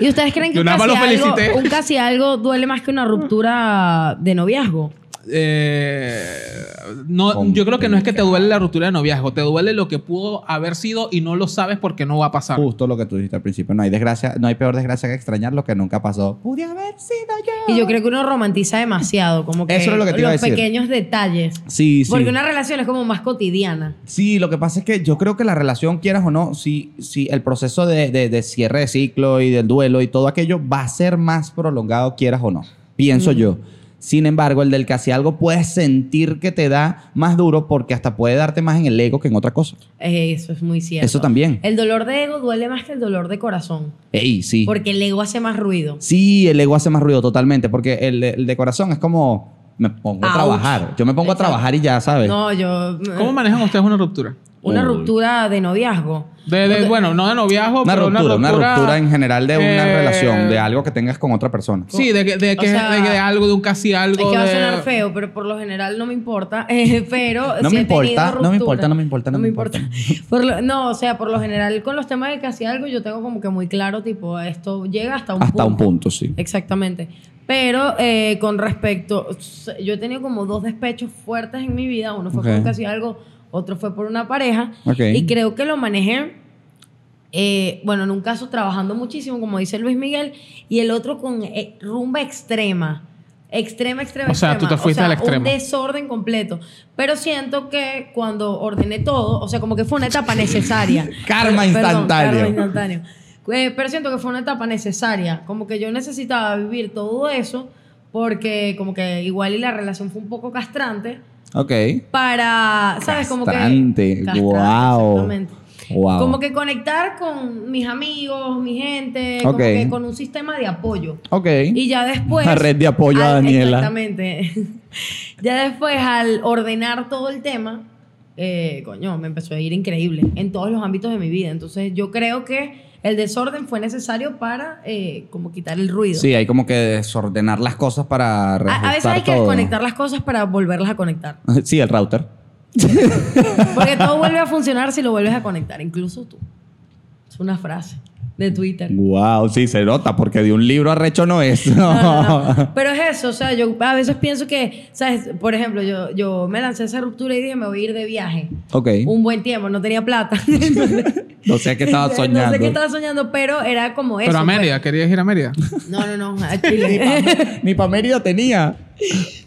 ¿Y ustedes creen que
Yo
un
nada
casi,
más lo
algo,
felicité.
un casi algo duele más que una ruptura de noviazgo?
Eh, no, yo creo que no es que te duele la ruptura de noviazgo, te duele lo que pudo haber sido y no lo sabes porque no va a pasar.
Justo lo que tú dijiste al principio. No hay desgracia, no hay peor desgracia que extrañar lo que nunca pasó. Pude haber sido yo.
Y yo creo que uno romantiza demasiado, como que,
Eso era lo que te iba a
los
decir.
pequeños detalles.
Sí, sí.
Porque una relación es como más cotidiana.
Sí, lo que pasa es que yo creo que la relación, quieras o no, si, si el proceso de, de- de cierre de ciclo y del duelo y todo aquello va a ser más prolongado, quieras o no, pienso yo. Sin embargo, el del casi algo puedes sentir que te da más duro porque hasta puede darte más en el ego que en otra cosa.
Eh, Eso es muy cierto.
Eso también.
El dolor de ego duele más que el dolor de corazón.
Ey, sí.
Porque el ego hace más ruido.
Sí, el ego hace más ruido totalmente porque el, de- el de corazón es como me pongo a
Ouch.
trabajar. Yo me pongo a
Exacto.
trabajar y ya, ¿sabes?
No, yo. eh,
¿Cómo manejan ustedes una ruptura?
Una
Uy.
ruptura de noviazgo.
De- de- bueno, no de noviazgo,
Una
pero
ruptura, una ruptura, en general de una
eh,
relación, de algo que tengas con otra persona.
Sí, de, que- de,
O
que-
sea,
de que algo, de un casi
Es
algo.
que va a
de-
sonar feo, pero por lo general no me importa. Eh, pero
No
sí
me
he tenido
importa, no me
rupturas.
importa, no me importa, no me
Por lo- no, o sea, por lo general con los temas de casi algo yo tengo como que muy claro, tipo, esto llega hasta un
Hasta
punto.
un punto, sí.
Exactamente. Pero eh, con respecto, s- yo he tenido como dos despechos fuertes en mi vida. Uno fue
Ok.
por casi algo, otro fue por una pareja.
Ok.
Y creo que lo manejé, eh, bueno, en un caso trabajando muchísimo, como dice Luis Miguel, y el otro con eh, rumba extrema. Extrema, extrema,
O sea, tú
extrema.
te fuiste
o sea,
al extremo.
Un desorden completo. Pero siento que cuando ordené todo, o sea, como que fue una etapa necesaria.
Karma
Perdón,
instantáneo.
karma instantáneo. Eh, pero siento que fue una etapa necesaria. Como que yo necesitaba vivir todo eso porque como que igual y la relación fue un poco castrante
Ok.
para, ¿sabes? Como que...
Castrante, guau.
exactamente.
Wow.
Como que conectar con mis amigos, mi gente, como
Ok.
que con un sistema de apoyo.
Ok.
Y ya después.
La red de apoyo a Daniela.
Exactamente. ya después, al ordenar todo el tema, eh, coño, me empezó a ir increíble en todos los ámbitos de mi vida. Entonces, yo creo que el desorden fue necesario para eh, como quitar el ruido.
Sí, hay como que desordenar las cosas para
A, a veces
reajustar
hay que
todo.
desconectar las cosas para volverlas a conectar.
Sí, el router.
Porque todo vuelve a funcionar si lo vuelves a conectar, incluso tú. Es una frase de Twitter.
Wow, sí, se nota, porque de un libro arrecho no es.
No, no, no. Pero es eso, o sea, yo a veces pienso que, ¿sabes? Por ejemplo, yo, yo me lancé a esa ruptura y dije, me voy a ir de viaje.
ok.
Un buen tiempo, no tenía plata. Entonces,
No sé qué estaba soñando.
No sé qué estaba soñando, pero era como eso.
Pero a
pues.
Mérida, querías ir a Mérida.
No, no, no, a Chile.
Ni para Mérida tenía.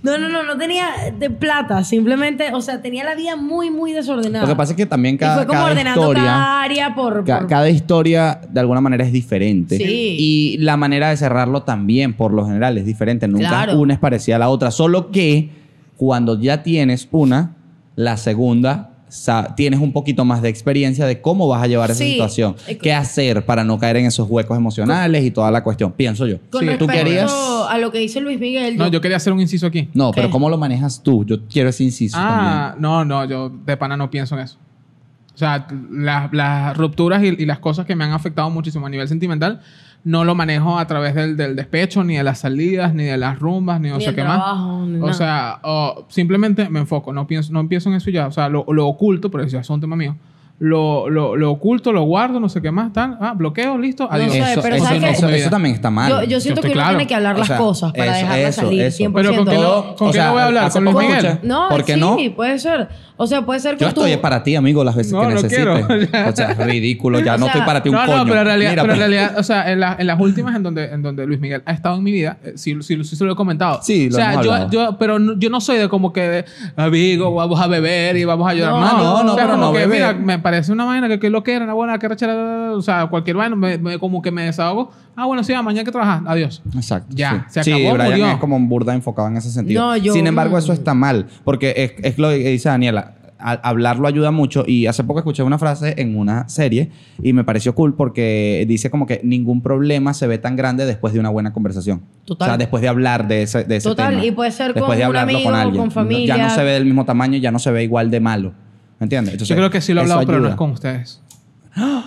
no, no, no, no tenía de plata, simplemente, o sea, tenía la vida muy, muy desordenada.
Lo que pasa es que también
y
cada,
fue como
cada
ordenando
historia.
cada área por...
ca-
por-
cada historia de alguna manera es diferente.
Sí.
Y la manera de cerrarlo también, por lo general, es diferente. Nunca
Claro.
una es parecida a la otra. Solo que cuando ya tienes una, la segunda sa- tienes un poquito más de experiencia de cómo vas a llevar esa
Sí.
situación.
Eh,
¿Qué hacer para no caer en esos huecos emocionales y toda la cuestión? Pienso yo.
Con
Sí,
respecto
¿tú querías?
a lo que dice Luis Miguel,
No,
yo-
yo quería hacer un inciso aquí.
No, pero
¿Qué?
¿cómo lo manejas tú? Yo quiero ese inciso
Ah, no, no, yo de pana no pienso en eso. O sea, las, las rupturas y, y las cosas que me han afectado muchísimo a nivel sentimental, no lo manejo a través del, del despecho, ni de las salidas, ni de las rumbas, ni no
Ni
sé
el
qué
trabajo,
más.
ni
o
nada.
sea, o simplemente me enfoco, no pienso, no empiezo en eso y ya. O sea, lo, lo oculto, pero eso ya es un tema mío. Lo, lo, lo oculto, lo guardo, no sé qué más, tal. Ah, bloqueo, listo,
No
también.
adiós.
sé,
eso,
pero
eso
¿sabes
no-
qué?
eso- eso también está mal.
yo, yo siento
estoy
que uno
claro.
tiene que hablar
O
las
sea,
cosas para
eso,
dejarlas
eso,
salir,
eso.
100%.
Pero ¿con qué no- con qué no voy a hablar?
hace
¿Con Luis
poco
Miguel?
escuché-
No,
¿Por qué
sí,
no?
puede ser. O sea, puede ser que
Yo
tú...
estoy para ti, amigo, las veces
No,
que
no
necesites.
quiero.
o sea, es ridículo. Ya
O
no
sea,
estoy para ti un
no,
coño.
no, pero en realidad,
Mira,
pero en
pues.
realidad, o sea, en, la- en las últimas en donde, en donde Luis Miguel ha estado en mi vida, eh, sí, sí, sí se lo he comentado.
Sí, lo
o sea,
hemos
yo,
hablado.
yo, pero no- yo no soy de como que, de, amigo, vamos a beber y vamos a llorar.
No,
No,
no, no,
o sea,
pero
como
no
que,
beber.
Mira, me parece una vaina que, que lo que era, una buena que rechera, o sea, cualquier vaina, me, me- como que me desahogo. Ah, bueno, sí, ah, mañana hay que trabajar, adiós.
Exacto.
Ya,
sí.
se acabó,
Sí, Brian
murió.
es como un burda enfocado en ese sentido.
No, yo-
Sin embargo, eso está mal. Porque es, es lo que dice Daniela. a- hablarlo ayuda mucho. Y hace poco escuché una frase en una serie y me pareció cool porque dice como que ningún problema se ve tan grande después de una buena conversación.
Total.
O sea, después de hablar de ese, de ese
Total,
tema.
y puede ser
después
con
de
un
hablarlo
amigo,
con alguien.
con
Ya no
familia.
se ve del mismo tamaño, ya no se ve igual de malo. ¿Me entiendes?
Yo
Entonces,
creo que sí lo he
eso
hablado, pero no
ayuda.
es con ustedes.
No,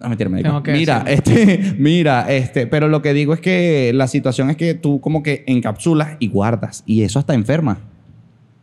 mentira, me digo.
Tengo que
Mira, este, mira, este, pero lo que digo es que la situación es que tú como que encapsulas y guardas y eso hasta enferma.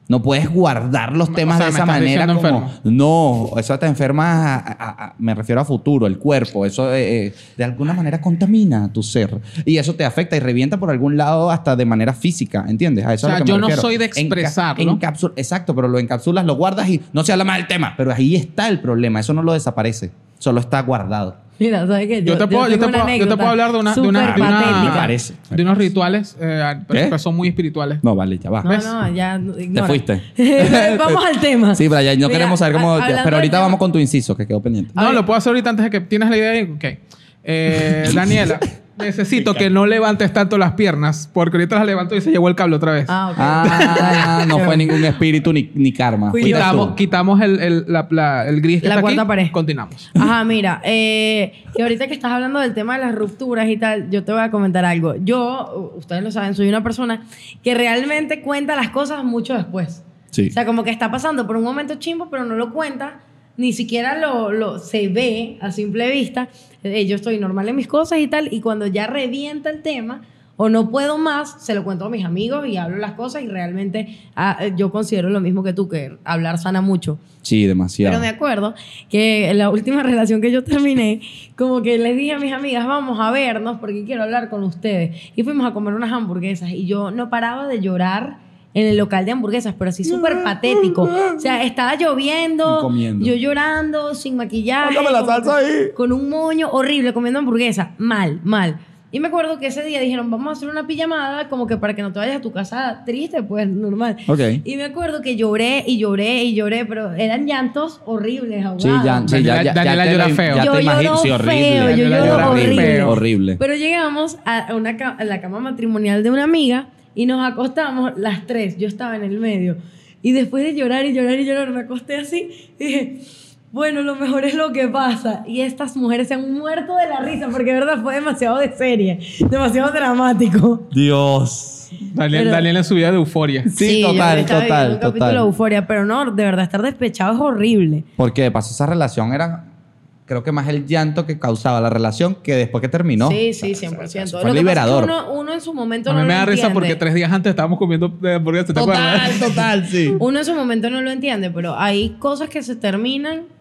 No puedes guardar los
O
temas
sea,
de
me
esa
estás
manera
diciendo
como no, eso hasta enferma, a- a- a- me refiero a futuro, el cuerpo, eso eh, eh, de alguna manera contamina tu ser y eso te afecta y revienta por algún lado hasta de manera física, ¿entiendes? A eso
O
es a
sea,
lo que me
yo no
refiero.
soy de
Enca-
expresarlo.
encapsul- exacto, pero lo encapsulas, lo guardas y no se habla más del tema, pero ahí está el problema, eso no lo desaparece, solo está guardado.
Mira, ¿sabes qué?
Yo, te puedo, yo,
tengo
te
una
puedo, yo te
anécdota
puedo hablar de una, de una,
súper
de una-
patética.
Me parece.
de unos rituales, eh,
¿Qué?
pero que son muy espirituales.
No, vale, ya va.
No, no, ya ignora.
fuiste.
Vamos al tema.
Sí, Brian, no
Mira,
queremos saber cómo.
a- hablando
Pero
del
ahorita
tema-
vamos con tu inciso, que quedó pendiente.
No, lo puedo hacer ahorita antes de que tienes la idea. y- Ok. Eh, Daniela, necesito que no levantes tanto las piernas, porque ahorita las levanto y se llevó el cable otra vez.
Ah, ok.
Ah, no fue ningún espíritu ni, ni karma.
Fui
Fuiste
quitamos
tú.
quitamos el, el- la- la- el gris que
La
está
cuarta
aquí.
pared.
Continuamos.
Ajá, mira, eh, y ahorita que estás hablando del tema de las rupturas y tal, yo te voy a comentar algo. Yo, u- ustedes lo saben, soy una persona que realmente cuenta las cosas mucho después.
Sí.
O sea, como que está pasando por un momento chimbo, pero no lo cuenta, ni siquiera lo, lo se ve a simple vista. Eh, yo estoy normal en mis cosas y tal, y cuando ya revienta el tema o no puedo más, se lo cuento a mis amigos y hablo las cosas y realmente ah, eh, yo considero lo mismo que tú, que hablar sana mucho.
Sí, demasiado.
Pero me acuerdo que en la última relación que yo terminé, como que les dije a mis amigas, vamos a vernos porque quiero hablar con ustedes. Y fuimos a comer unas hamburguesas y yo no paraba de llorar en el local de hamburguesas, pero así súper patético. O sea, estaba lloviendo,
Y comiendo.
yo llorando, sin maquillaje.
Mándame la
como
salsa
que-
ahí.
Con un moño horrible, comiendo hamburguesa. Mal, mal. Y me acuerdo que ese día dijeron, vamos a hacer una pijamada, como que para que no te vayas a tu casa triste, pues normal.
Ok.
Y me acuerdo que lloré y lloré y lloré, pero eran llantos horribles, ahogados.
Sí, ya, sí, ya, ya, ya
Daniela
te
llora
lo-
feo.
Ya
Yo
te
lloro
imagino, sí, horrible.
feo, yo
Daniela
lloro
llora
horrible.
Horrible.
Pero llegamos a, una, ca- a la cama matrimonial de una amiga y nos acostamos las tres. Yo estaba en el medio. Y después de llorar y llorar y llorar, me acosté así y dije, bueno, lo mejor es lo que pasa. Y estas mujeres se han muerto de la risa porque, de verdad, fue demasiado de serie, demasiado dramático.
Dios.
Daniel,
Pero-
Daniel en su vida de euforia.
Sí,
yo
total,
estaba viviendo
total,
un capítulo
total.
de euforia, pero no, de verdad, estar despechado es horrible.
Porque de paso esa relación era, creo que más el llanto que causaba la relación que después que terminó.
Sí, sí,
O sea,
100%.
eso
Lo
Fue
que
liberador.
pasa es que uno, uno en su momento
A
no
mí
lo
me da risa
entiende.
porque tres días antes estábamos comiendo eh, hamburguesas, ¿te acuerdas?
Total,
total, sí.
Uno en su momento no lo entiende, pero hay cosas que se terminan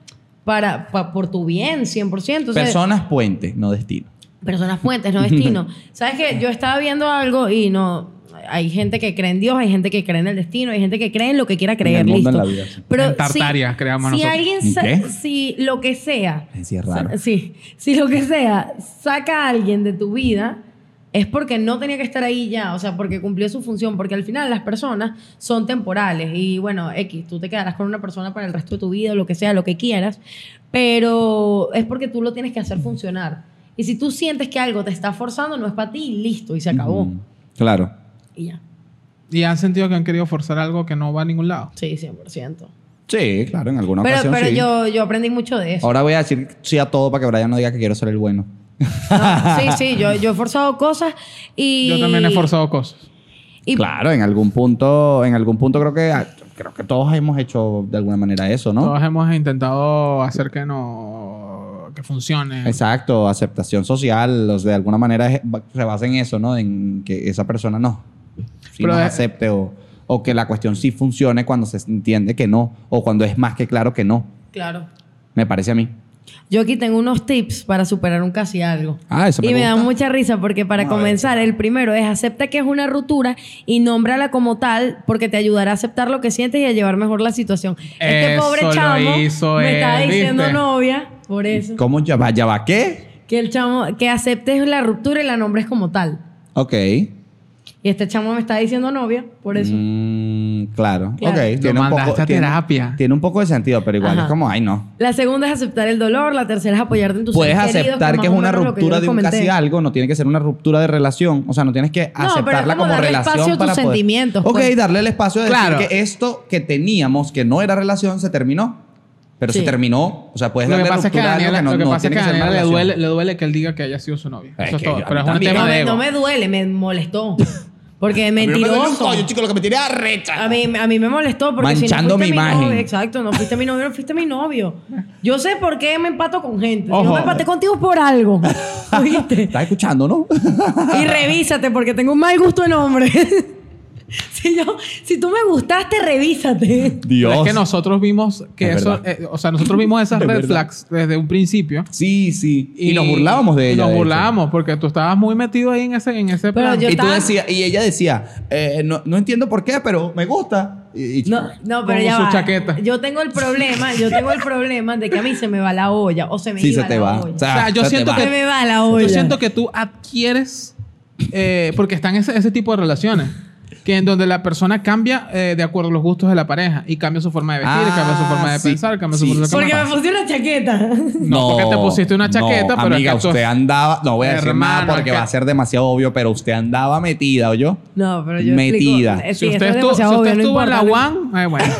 para, pa- por tu bien, 100%. O sea,
Personas puente, no destino.
personas fuentes, no destino. ¿Sabes que Yo estaba viendo algo y no... Hay gente que cree en Dios, hay gente que cree en el destino, hay gente que cree en lo que quiera creer,
el mundo,
listo.
en la vida, sí.
Pero
En Tartaria,
si,
creamos
si
nosotros.
alguien
¿En
sa-
qué?
si lo que sea,
Sí, es raro.
sa- sí, si lo que sea saca a alguien de tu vida es porque no tenía que estar ahí ya, o sea, porque cumplió su función, porque al final las personas son temporales y bueno, X, tú te quedarás con una persona para el resto de tu vida, lo que sea, lo que quieras, pero es porque tú lo tienes que hacer funcionar. Y si tú sientes que algo te está forzando, no es para ti, listo, y se acabó.
Mm, Claro.
Y ya.
Y han sentido que han querido forzar algo que no va a ningún lado.
Sí, 100%.
Sí, claro, en alguna
pero
ocasión
pero
sí.
yo, yo aprendí mucho de eso.
Ahora voy a decir sí a todo para que Brian no diga que quiero ser el bueno.
No, sí, sí, yo, yo he forzado cosas y...
Yo también he forzado cosas.
y-
Claro, en algún punto, en algún punto creo que ah, creo que todos hemos hecho de alguna manera eso, ¿no?
Todos hemos intentado hacer que no que funcione.
Exacto, aceptación social, o sea, de alguna manera es- va- se basa en eso, ¿no? En que esa persona no, sí
Pero
nos
de-
acepte o, o que la cuestión sí funcione cuando se entiende que no o cuando es más que claro que no,
Claro.
me parece a mí.
Yo aquí tengo unos tips para superar un casi algo.
Ah, eso me
y me da
gusta.
mucha risa porque para comenzar, el primero es acepta que es una ruptura y nómbrala como tal porque te ayudará a aceptar lo que sientes y a llevar mejor la situación. Este
Eso
pobre
lo
chamo
hizo
me
él,
estaba diciendo
¿viste?
novia, por eso.
¿Cómo ya va? ¿Ya va qué?
Que el chamo, que aceptes la ruptura y la nombres como tal.
Ok.
Y este chamo me está diciendo novia, por eso.
Mm, claro.
Claro.
ok.
Lo
mandaste a
tiene-
terapia.
tiene un poco de sentido, pero igual
Ajá.
es como, ay, no.
La segunda es aceptar el dolor, la tercera es apoyarte en tus
Puedes
seres queridos,
aceptar que
más
es
o
una
menos lo que yo
ruptura
les
de un
comenté.
casi algo, no tiene que ser una ruptura de relación, o sea, no tienes que
pero es
aceptarla
como
como,
darle
relación
espacio a tus
para poder-
sentimientos,
Ok,
pues.
darle el espacio de
Claro.
decir que esto que teníamos que no era relación se terminó, pero
Sí.
se terminó, o sea, puedes
Lo que
darle
pasa es que
ruptura a
a
algo
Daniela,
que no,
lo que
no
pasa es
tiene
que a
que ser una
Daniela le
relación.
duele, le duele que él diga que haya sido su novia.
Es
Eso es
que
todo.
yo- a
Pero es
mí
un
también.
tema
No
de
me,
ego.
no me duele, me molestó. Porque es
A mí no me duele un
mentiroso.
coño, chico, lo que me tiene arrecha.
A mí, a mí me molestó porque
Manchando
si no fuiste
mi
novio-
imagen.
exacto, no fuiste mi novio, no fuiste mi novio. Yo sé por qué me empato con gente. Si
Ojo.
no me empaté contigo es por algo. ¿Oíste?
Ah, Estás escuchando, ¿no?
Y revísate porque tengo un mal gusto en hombres. si, yo, si tú me gustaste, revísate.
Pero
Dios.
Es que nosotros vimos que
Es
eso,
verdad.
eh, o sea, nosotros vimos esas
Es
red
verdad.
flags desde un principio.
Sí, sí. Y, nos burlábamos de
y
ella.
nos
de hecho.
burlábamos porque tú estabas muy metido ahí en ese, en ese
Pero
plan.
yo-
Y tú
estaba-
decías, y ella decía, eh, no, no entiendo por qué, pero me gusta. Y- y-
No, no, pero
Como
ya
su
va.
chaqueta.
Yo tengo el problema, yo tengo el problema de que a mí se me va la olla o se me
sí,
iba
se te
la
va.
olla.
O sea,
O sea, yo
se te
siento
va.
que-
se me va la olla.
Yo siento que tú adquieres, eh, porque están ese, ese tipo de relaciones, que en donde la persona cambia eh, de acuerdo a los gustos de la pareja y cambia su forma de vestir,
Ah,
cambia su forma de
sí,
pensar, cambia
sí.
su forma de
Porque me
comer.
puse una chaqueta.
No, porque te pusiste una chaqueta, pero
amiga,
es que tú-
usted andaba... No voy a decir nada
Hermano,
porque
acá-
va a ser demasiado obvio, pero usted andaba metida, ¿o yo?
No, pero yo
Metida.
explico. Eh, sí,
Si usted
eso es
estuvo, si
demasiado
usted
obvio, no
estuvo en la
importa,
WAN, eh, bueno,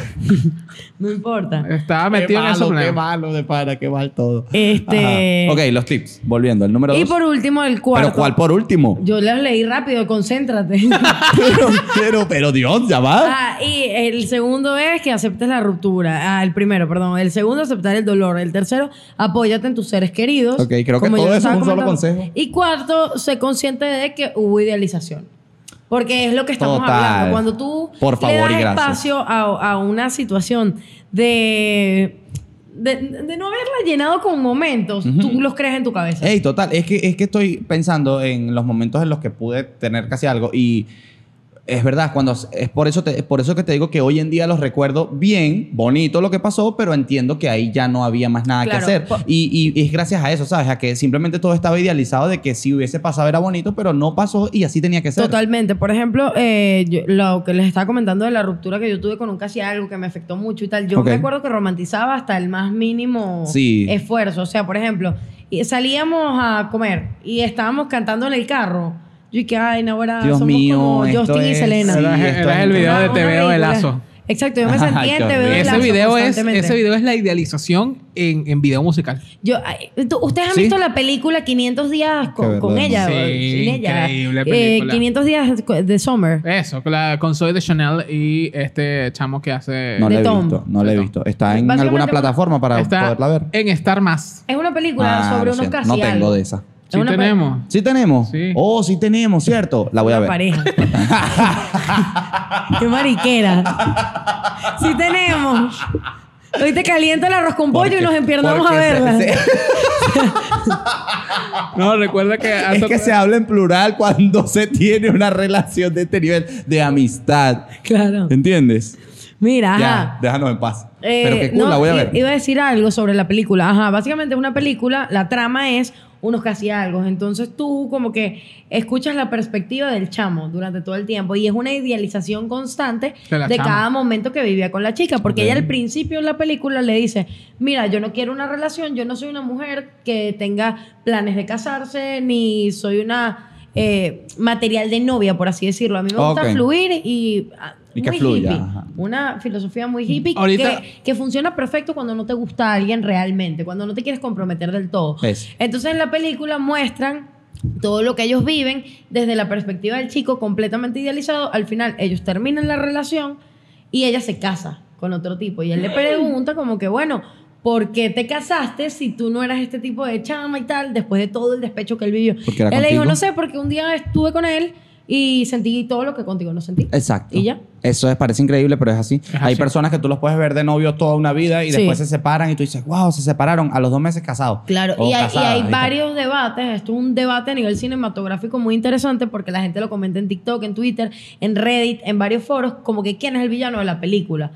No importa.
estaba metido en ese
qué
problema.
malo de para, qué mal todo.
Este-
Ajá. Ok, los tips. Volviendo, el número
Y
dos.
por último, el cuarto.
Pero ¿cuál por último?
Yo los leí rápido, concéntrate.
pero, pero, pero Dios, ya va.
Ah, y el segundo es que aceptes la ruptura. Ah, el primero, perdón. El segundo, aceptar el dolor. El tercero, apóyate en tus seres queridos.
Ok, creo que
Como
todo
yo
eso
estaba
es un solo
comentando.
consejo.
Y cuarto, sé consciente de que hubo idealización. Porque es lo que estamos
Total.
hablando. Cuando tú
Por
le
favor
das
y gracias.
espacio a, a una situación de, de, de no haberla llenado con momentos, tú los crees en tu cabeza.
Ey, total, es que, es que estoy pensando en los momentos en los que pude tener casi algo y Es verdad, cuando es por eso te- es por eso que te digo que hoy en día los recuerdo bien, bonito lo que pasó, pero entiendo que ahí ya no había más nada
Claro,
que hacer.
po-
Y, y- y es gracias a eso, ¿sabes? A que simplemente todo estaba idealizado de que si hubiese pasado era bonito, pero no pasó y así tenía que ser.
Totalmente. Por ejemplo, eh, yo- lo que les estaba comentando de la ruptura que yo tuve con un casi algo que me afectó mucho y tal. Yo
Ok.
me acuerdo que romantizaba hasta el más mínimo
Sí.
esfuerzo. O sea, por ejemplo, y salíamos a comer y estábamos cantando en el carro. Yo y que, ay, no, ahora
Dios
somos
mío,
como
esto
Justin y
es-
Selena.
Sí,
Era,
esto
era
es-
el video
Una-
de Te
una
veo de
ridícula.
lazo.
Exacto, yo me
Ay,
sentía en
qué
Te veo de
horrible.
lazo.
Ese video, es,
constantemente.
ese video es la idealización en, en video musical.
Yo, ay, tú- ustedes han
Sí.
visto la película 500 días
Qué
con, con
verdad.
ella,
Sí,
sin ella.
increíble
Eh,
película.
500 días de Summer.
Eso, con, la, con Zoe de Chanel y este chamo que hace.
No
de
la he
Tom.
visto, no la he
De Tom.
visto. Está en
Básicamente
alguna
una-
plataforma para
está
poderla ver.
en Star Más.
Es una película
Ah,
sobre
lo
unos
siento,
casi
No tengo
algo.
de esa.
Es
Sí
una pe-
tenemos.
¿Sí tenemos?
Sí.
Oh, sí tenemos, ¿cierto? La voy a
una
ver.
pareja. Qué mariquera. Sí tenemos. Hoy te calienta el arroz con pollo
Porque-
y nos empiernamos a
porque se-
verla.
se-
No, recuerda que
Es
hace-
que se habla en plural cuando se tiene una relación de este nivel de amistad.
Claro.
¿Entiendes?
Mira,
Ya,
ajá.
déjanos en paz.
Eh,
Pero qué cool,
no,
la voy a
i-
ver.
Iba a decir algo sobre la película. Ajá, básicamente es una película, la trama es unos casi algo. Entonces tú como que escuchas la perspectiva del chamo durante todo el tiempo y es una idealización constante
De la
de
chama.
cada momento que vivía con la chica. Porque
Ok.
ella al principio en la película le dice, mira, yo no quiero una relación, yo no soy una mujer que tenga planes de casarse, ni soy una... eh, material de novia, por así decirlo. A mí me gusta
Ok.
fluir y... ah,
Y que
muy
fluya,
hippie.
ajá.
Una filosofía muy hippie
Ahorita-
que, que funciona perfecto cuando no te gusta a alguien realmente, cuando no te quieres comprometer del todo.
Es.
Entonces en la película muestran todo lo que ellos viven desde la perspectiva del chico completamente idealizado. Al final ellos terminan la relación y ella se casa con otro tipo. Y él le pregunta como que, bueno, ¿por qué te casaste si tú no eras este tipo de chama y tal después de todo el despecho que él vivió?
Porque era
él le dijo,
contigo.
no sé, porque un día estuve con él y sentí todo lo que contigo no sentí.
Exacto.
¿Y ya?
Eso es- parece increíble, pero es así. Hay
así.
personas que tú los puedes ver de novio toda una vida y
Sí.
después se separan y tú dices, wow, se separaron a los dos meses casados.
Claro,
O
y hay, y
casadas,
hay
tal.
varios debates. Esto es un debate a nivel cinematográfico muy interesante porque la gente lo comenta en TikTok, en Twitter, en Reddit, en varios foros, como que quién es el villano de la película.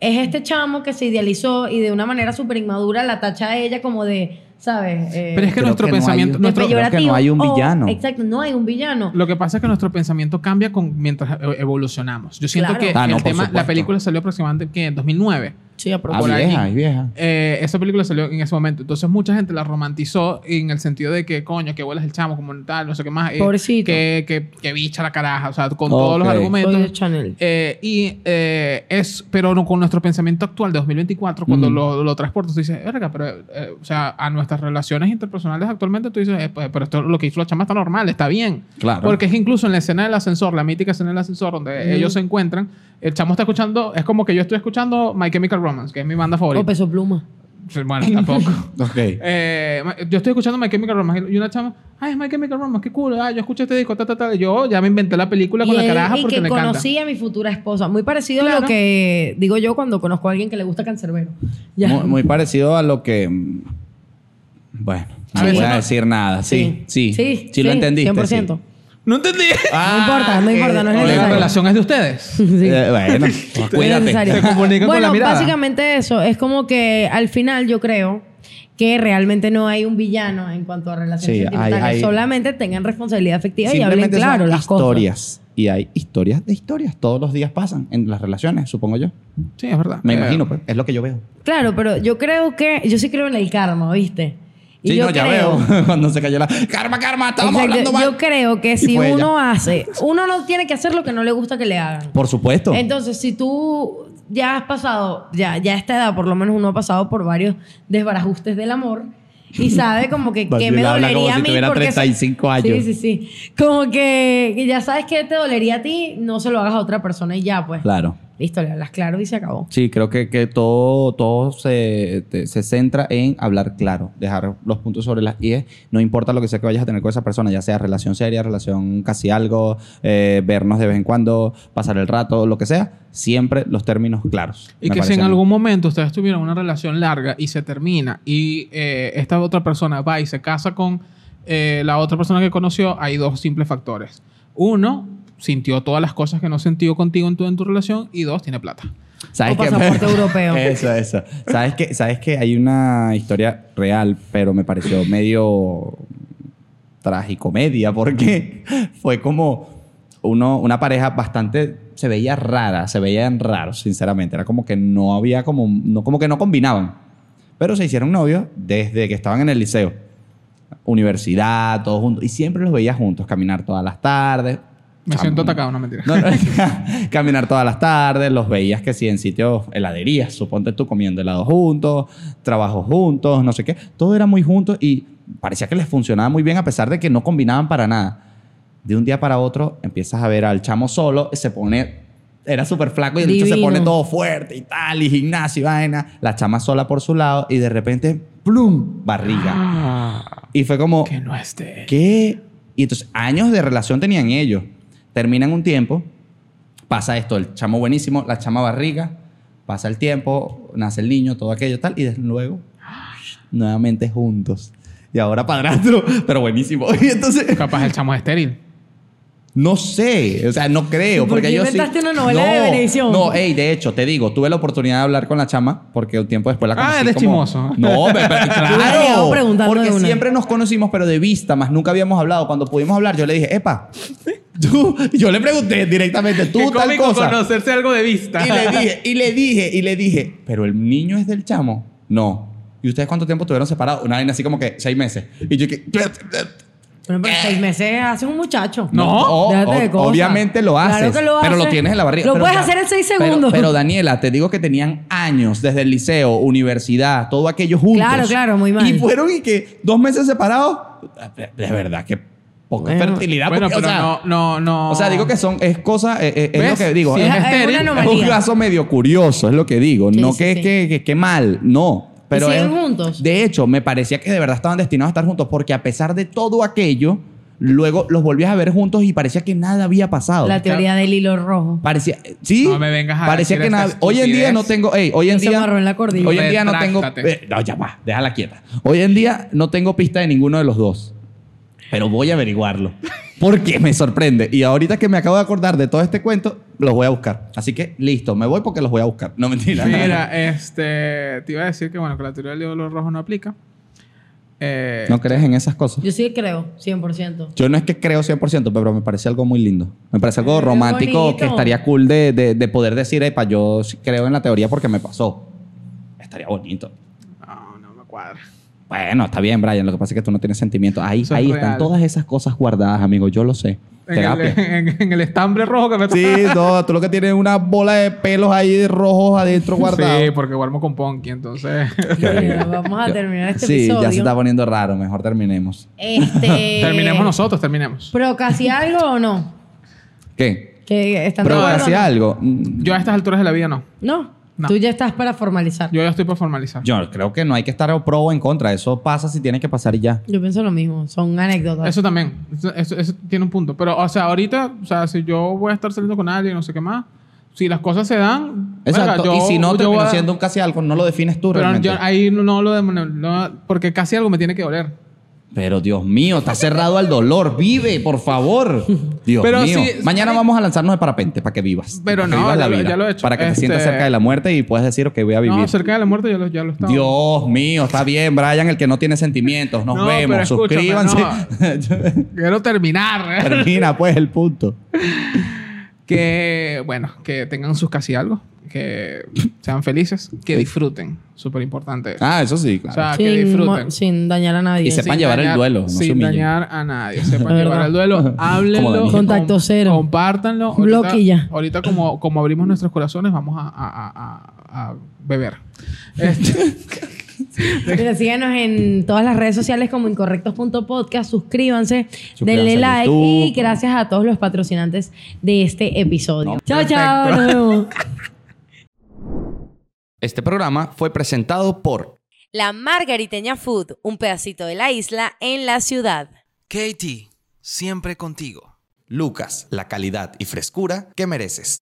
Es este chamo que se idealizó y de una manera súper inmadura la tacha a ella como de, ¿sabes? Eh,
Pero es que
Creo
nuestro
que no hay
pensamiento.
un-
de
nuestro-
Creo que no
peyorativo
hay un
o-
villano.
exacto, no hay un villano.
Lo que pasa es que nuestro pensamiento cambia con, mientras e- evolucionamos. Yo siento
Claro.
que
Ah, no, por
el tema, la
supuesto.
película salió aproximadamente ¿qué? en 2009.
Sí, a
Ah,
propósito.
Por ahí.
vieja, es vieja.
Eh, esa película salió en ese momento. Entonces mucha gente la romantizó en el sentido de que, coño, que bolas el chamo, como tal, no sé qué más. eh,
Pobrecito.
Que, que, que bicha la caraja, o sea, con todos los
Ok.
argumentos.
Soy de Chanel.
Eh, y eh, es, pero no, con nuestro pensamiento actual de 2024, cuando
Ujú.
lo, lo transportas, tú dices, verga, pero, eh, o sea, a nuestras relaciones interpersonales actualmente, tú dices, eh, pues, pero esto lo que hizo la chama está normal, está bien.
Claro.
Porque es que incluso en la escena del ascensor, la mítica escena del ascensor, donde ellos se encuentran, el chamo está escuchando, es como que yo estoy escuchando My Chemical Romance, que es mi banda
O
favorita.
peso pluma.
Sí, Bueno, tampoco.
Ok.
Eh, ma- yo estoy escuchando My Chemical Romance y una chama, ay, es My Chemical Romance, qué cool, ay, yo escuché este disco, ta, ta, ta. Yo ya me inventé la película con
y
la
él-
caraja
y
porque
que
me encanta.
conocí a mi futura esposa. Muy parecido a
Claro.
lo que digo yo cuando conozco a alguien que le gusta cancerbero. Ya.
Muy, muy parecido a lo que. mm, Bueno,
A
no
ver,
voy a
no.
decir nada. Sí, sí. Sí, lo entendiste.
100%.
sí.
No entendí.
Ah,
importa, no
que-
importa, no es
Oye,
la
necesario.
relación es de ustedes.
Sí.
Eh, bueno,
No es necesario.
cuídate.
Se comunica con
bueno,
la mirada.
básicamente eso. Es como que al final yo creo que realmente no hay un villano en cuanto a relaciones
Sí,
sentimentales.
hay- hay-
Solamente tengan responsabilidad afectiva y hablen
Simplemente son
claro las cosas.
historias. Y hay historias de historias. Todos los días pasan en las relaciones, supongo yo.
Sí, es verdad.
Me
Eh,
imagino, pues. Es lo que yo veo.
Claro, pero yo creo que... Yo sí creo en el karma, ¿viste? Y
Sí,
yo
no, ya
creo-
veo. Cuando se cayó la. Karma, karma, estábamos
Exacto.
hablando mal.
Yo creo que si
fue ella.
uno hace... Uno no tiene que hacer lo que no le gusta que le hagan.
Por supuesto.
Entonces, si tú ya has pasado, ya, ya a esta edad, por lo menos uno ha pasado por varios desbarajustes del amor y sabe como que, que me
Basilea habla
dolería
como
a
si
mí.
tuviera
porque-
35 años.
Sí, sí, sí. Como que, que ya sabes que te dolería a ti, no se lo hagas a otra persona y ya, pues.
Claro.
Listo, le hablas claro y se acabó.
Sí, creo que, que todo, todo se, te- se centra en hablar claro, dejar los puntos sobre las IES. No importa lo que sea que vayas a tener con esa persona, ya sea relación seria, relación casi algo, eh, vernos de vez en cuando, pasar el rato, lo que sea, siempre los términos claros.
Y
Me
que si
parece
en
a mí.
algún momento ustedes tuvieron una relación larga y se termina y eh, esta otra persona va y se casa con eh, la otra persona que conoció, hay dos simples factores. Uno, sintió todas las cosas que no sintió contigo en tu, en tu relación. Y dos, tiene plata.
¿Sabes
O pasaporte europeo.
Eso, eso. ¿Sabes que, ¿Sabes que hay una historia real, pero me pareció medio tragicomedia? Porque fue como uno, una pareja bastante... Se veía rara, se veían raros, sinceramente. Era como que no había como... No, como que no combinaban. Pero se hicieron novios desde que estaban en el liceo. Universidad, todos juntos. Y siempre los veía juntos, caminar todas las tardes.
Me
Chamo.
siento atacado, no mentira.
No, no, caminar todas las tardes, los veías que sí en sitios, heladerías, suponte tú comiendo helado juntos, trabajos juntos, no sé qué. Todo era muy juntos y parecía que les funcionaba muy bien a pesar de que no combinaban para nada. De un día para otro empiezas a ver al chamo solo, se pone... Era súper flaco y el bicho se
Divino.
pone todo fuerte y tal, y gimnasio y vaina. La chama sola por su lado y de repente, ¡plum! Barriga.
Ah.
Y fue como...
que no esté.
¿Qué? Y entonces, años de relación tenían ellos. Terminan un tiempo, pasa esto, el chamo buenísimo, la chama barriga, pasa el tiempo, nace el niño, todo aquello tal, y desde luego, nuevamente juntos. Y ahora padrastro, pero buenísimo. Y entonces,
Capaz el chamo es estéril.
no sé, o sea, no creo.
¿Y por
porque
qué
yo sí-
inventaste una novela de Venevisión?
No, ey, de hecho, te digo, tuve la oportunidad de hablar con la chama porque un tiempo después la
Ah,
conocí.
eres
como-
chismoso.
No, pero, pero-
hubieras llegado
claro.
preguntando
Porque
de una.
siempre nos conocimos, pero de vista, más nunca habíamos hablado. Cuando pudimos hablar, yo le dije, epa, tú, yo le pregunté directamente, tú
Qué
tal
cómico
cosa.
conocerse algo de vista.
Y le dije, y le dije, y le dije, pero el niño es del chamo. No. ¿Y ustedes cuánto tiempo estuvieron separados? Una vaina así como que seis meses. Y yo que.
Bueno, pero seis meses haces un muchacho.
No.
o-
Déjate de
o-
cosas.
obviamente lo
Claro
haces,
que lo
pero lo
haces.
tienes en la barriga.
Lo
Pero
puedes
ya-
hacer en seis
pero-
segundos.
Pero, Daniela, te digo que tenían años desde el liceo, universidad, todo aquello juntos.
Claro, claro, muy mal.
Y fueron y que dos meses separados, de de verdad que poca
Bueno.
fertilidad.
Bueno,
porque,
pero
o sea,
no, no, no.
o sea, digo que son es cosa eh, eh, es, lo
¿Ves?
que digo.
Si
es-
es
Es- es una
estéril,
es un
anomalía.
caso medio curioso, es lo que digo.
Sí,
no
sí,
que, es
sí.
Que, que- que mal, no. Pero
siguen
es-
juntos?
De hecho, me parecía que de verdad estaban destinados a estar juntos porque a pesar de todo aquello, luego los volvías a ver juntos y parecía que nada había pasado.
La teoría del hilo rojo.
Parecía, eh, sí.
No me vengas a
Parecía
decir
que
esa
nada. Hoy en día
estupidez.
no tengo. ey, hoy en
Ese
día.
marrón en la cordillera.
Hoy en día no tengo.
Retráctate.
eh, no, ya va, déjala quieta. Hoy en día no tengo pista de ninguno de los dos. Pero voy a averiguarlo. Porque me sorprende. Y ahorita que me acabo de acordar de todo este cuento, los voy a buscar. Así que listo, me voy porque los voy a buscar. No mentira.
Mira, este. Te iba a decir que, bueno, que la teoría del dolor rojo no aplica. Eh,
¿No crees en esas cosas?
Yo sí creo, 100%.
Yo no es que creo 100%, pero me parece algo muy lindo. Me parece algo
Es
romántico
bonito.
que estaría cool de, de- de poder decir, epa, yo sí creo en la teoría porque me pasó. Estaría bonito.
No, no me cuadra.
Bueno, está bien, Brian. Lo que pasa es que tú no tienes sentimientos. Ahí,
Eso es
ahí
real.
están todas esas cosas guardadas, amigo. Yo lo sé.
En el,
Terapia.
en- en el estambre rojo que me
Sí, no, tú lo que tienes es una bola de pelos ahí de rojos adentro guardados.
Sí, porque duermo con Ponky, entonces.
Bueno, vamos a terminar este
sí,
episodio.
ya se está poniendo raro. Mejor terminemos.
Este...
terminemos nosotros, terminemos.
¿Pero casi algo o no?
¿Qué?
Que están
Pero
de acuerdo,
hacía
¿no?
algo. Mm,
Yo a estas alturas de la vida no.
No.
No.
Tú ya estás para formalizar. Yo,
Yo ya estoy por formalizar.
Yo creo que no hay que estar pro o en contra. Eso pasa si tiene que pasar y ya.
pienso lo mismo. Son anécdotas.
Eso también. Eso, eso- eso tiene un punto. Pero, o sea, ahorita, o sea, si yo voy a estar saliendo con alguien, no sé qué más. Si las cosas se dan.
Exacto.
verga,
y
yo-
si no
yo
terminó
voy a-
siendo un casi algo, no lo defines tú
Pero
realmente.
yo ahí no lo. demone- no- porque casi algo me tiene que doler.
Pero Dios mío, está cerrado al dolor. Vive, por favor. Dios
Pero
mío.
sí-
Mañana vamos a lanzarnos de parapente para que vivas.
Pero
Para que
no,
vivas
ya lo- ya lo he hecho.
Para que te
Este-
sientas cerca de la muerte y puedas decir, ok, voy a vivir.
No, cerca de la muerte ya lo, ya lo estaba.
Dios mío, está bien, Brian, el que no tiene sentimientos. Nos
No, pero
vemos.
escúchame,
Suscríbanse.
Quiero terminar.
Termina, pues, el punto.
Que, bueno, que tengan sus casi algo, que sean felices, que disfruten, súper importante.
Ah, eso sí,
o
claro.
sea, que
sin, mo-
disfruten.
sin dañar a nadie.
Y se-
Sin
Sepan llevar el duelo, no se
sin
humillen.
dañar a nadie. Sepan
verdad.
llevar el duelo, háblenlo.
Daniel.
Contacto cero.
Compártanlo. Ahorita-
Bloquilla.
Ahorita, como, como abrimos nuestros corazones, vamos a, a- a- a- a beber. Este,
Pero síganos en todas las redes sociales como incorrectos.podcast. Suscríbanse, denle
a
like
YouTube.
y gracias a todos los patrocinantes de este episodio. chao,
perfecto.
chao. Nos vemos.
Este programa fue presentado por
La Margariteña Food, un pedacito de la isla en la ciudad.
Katie, siempre contigo.
Lucas, la calidad y frescura que mereces.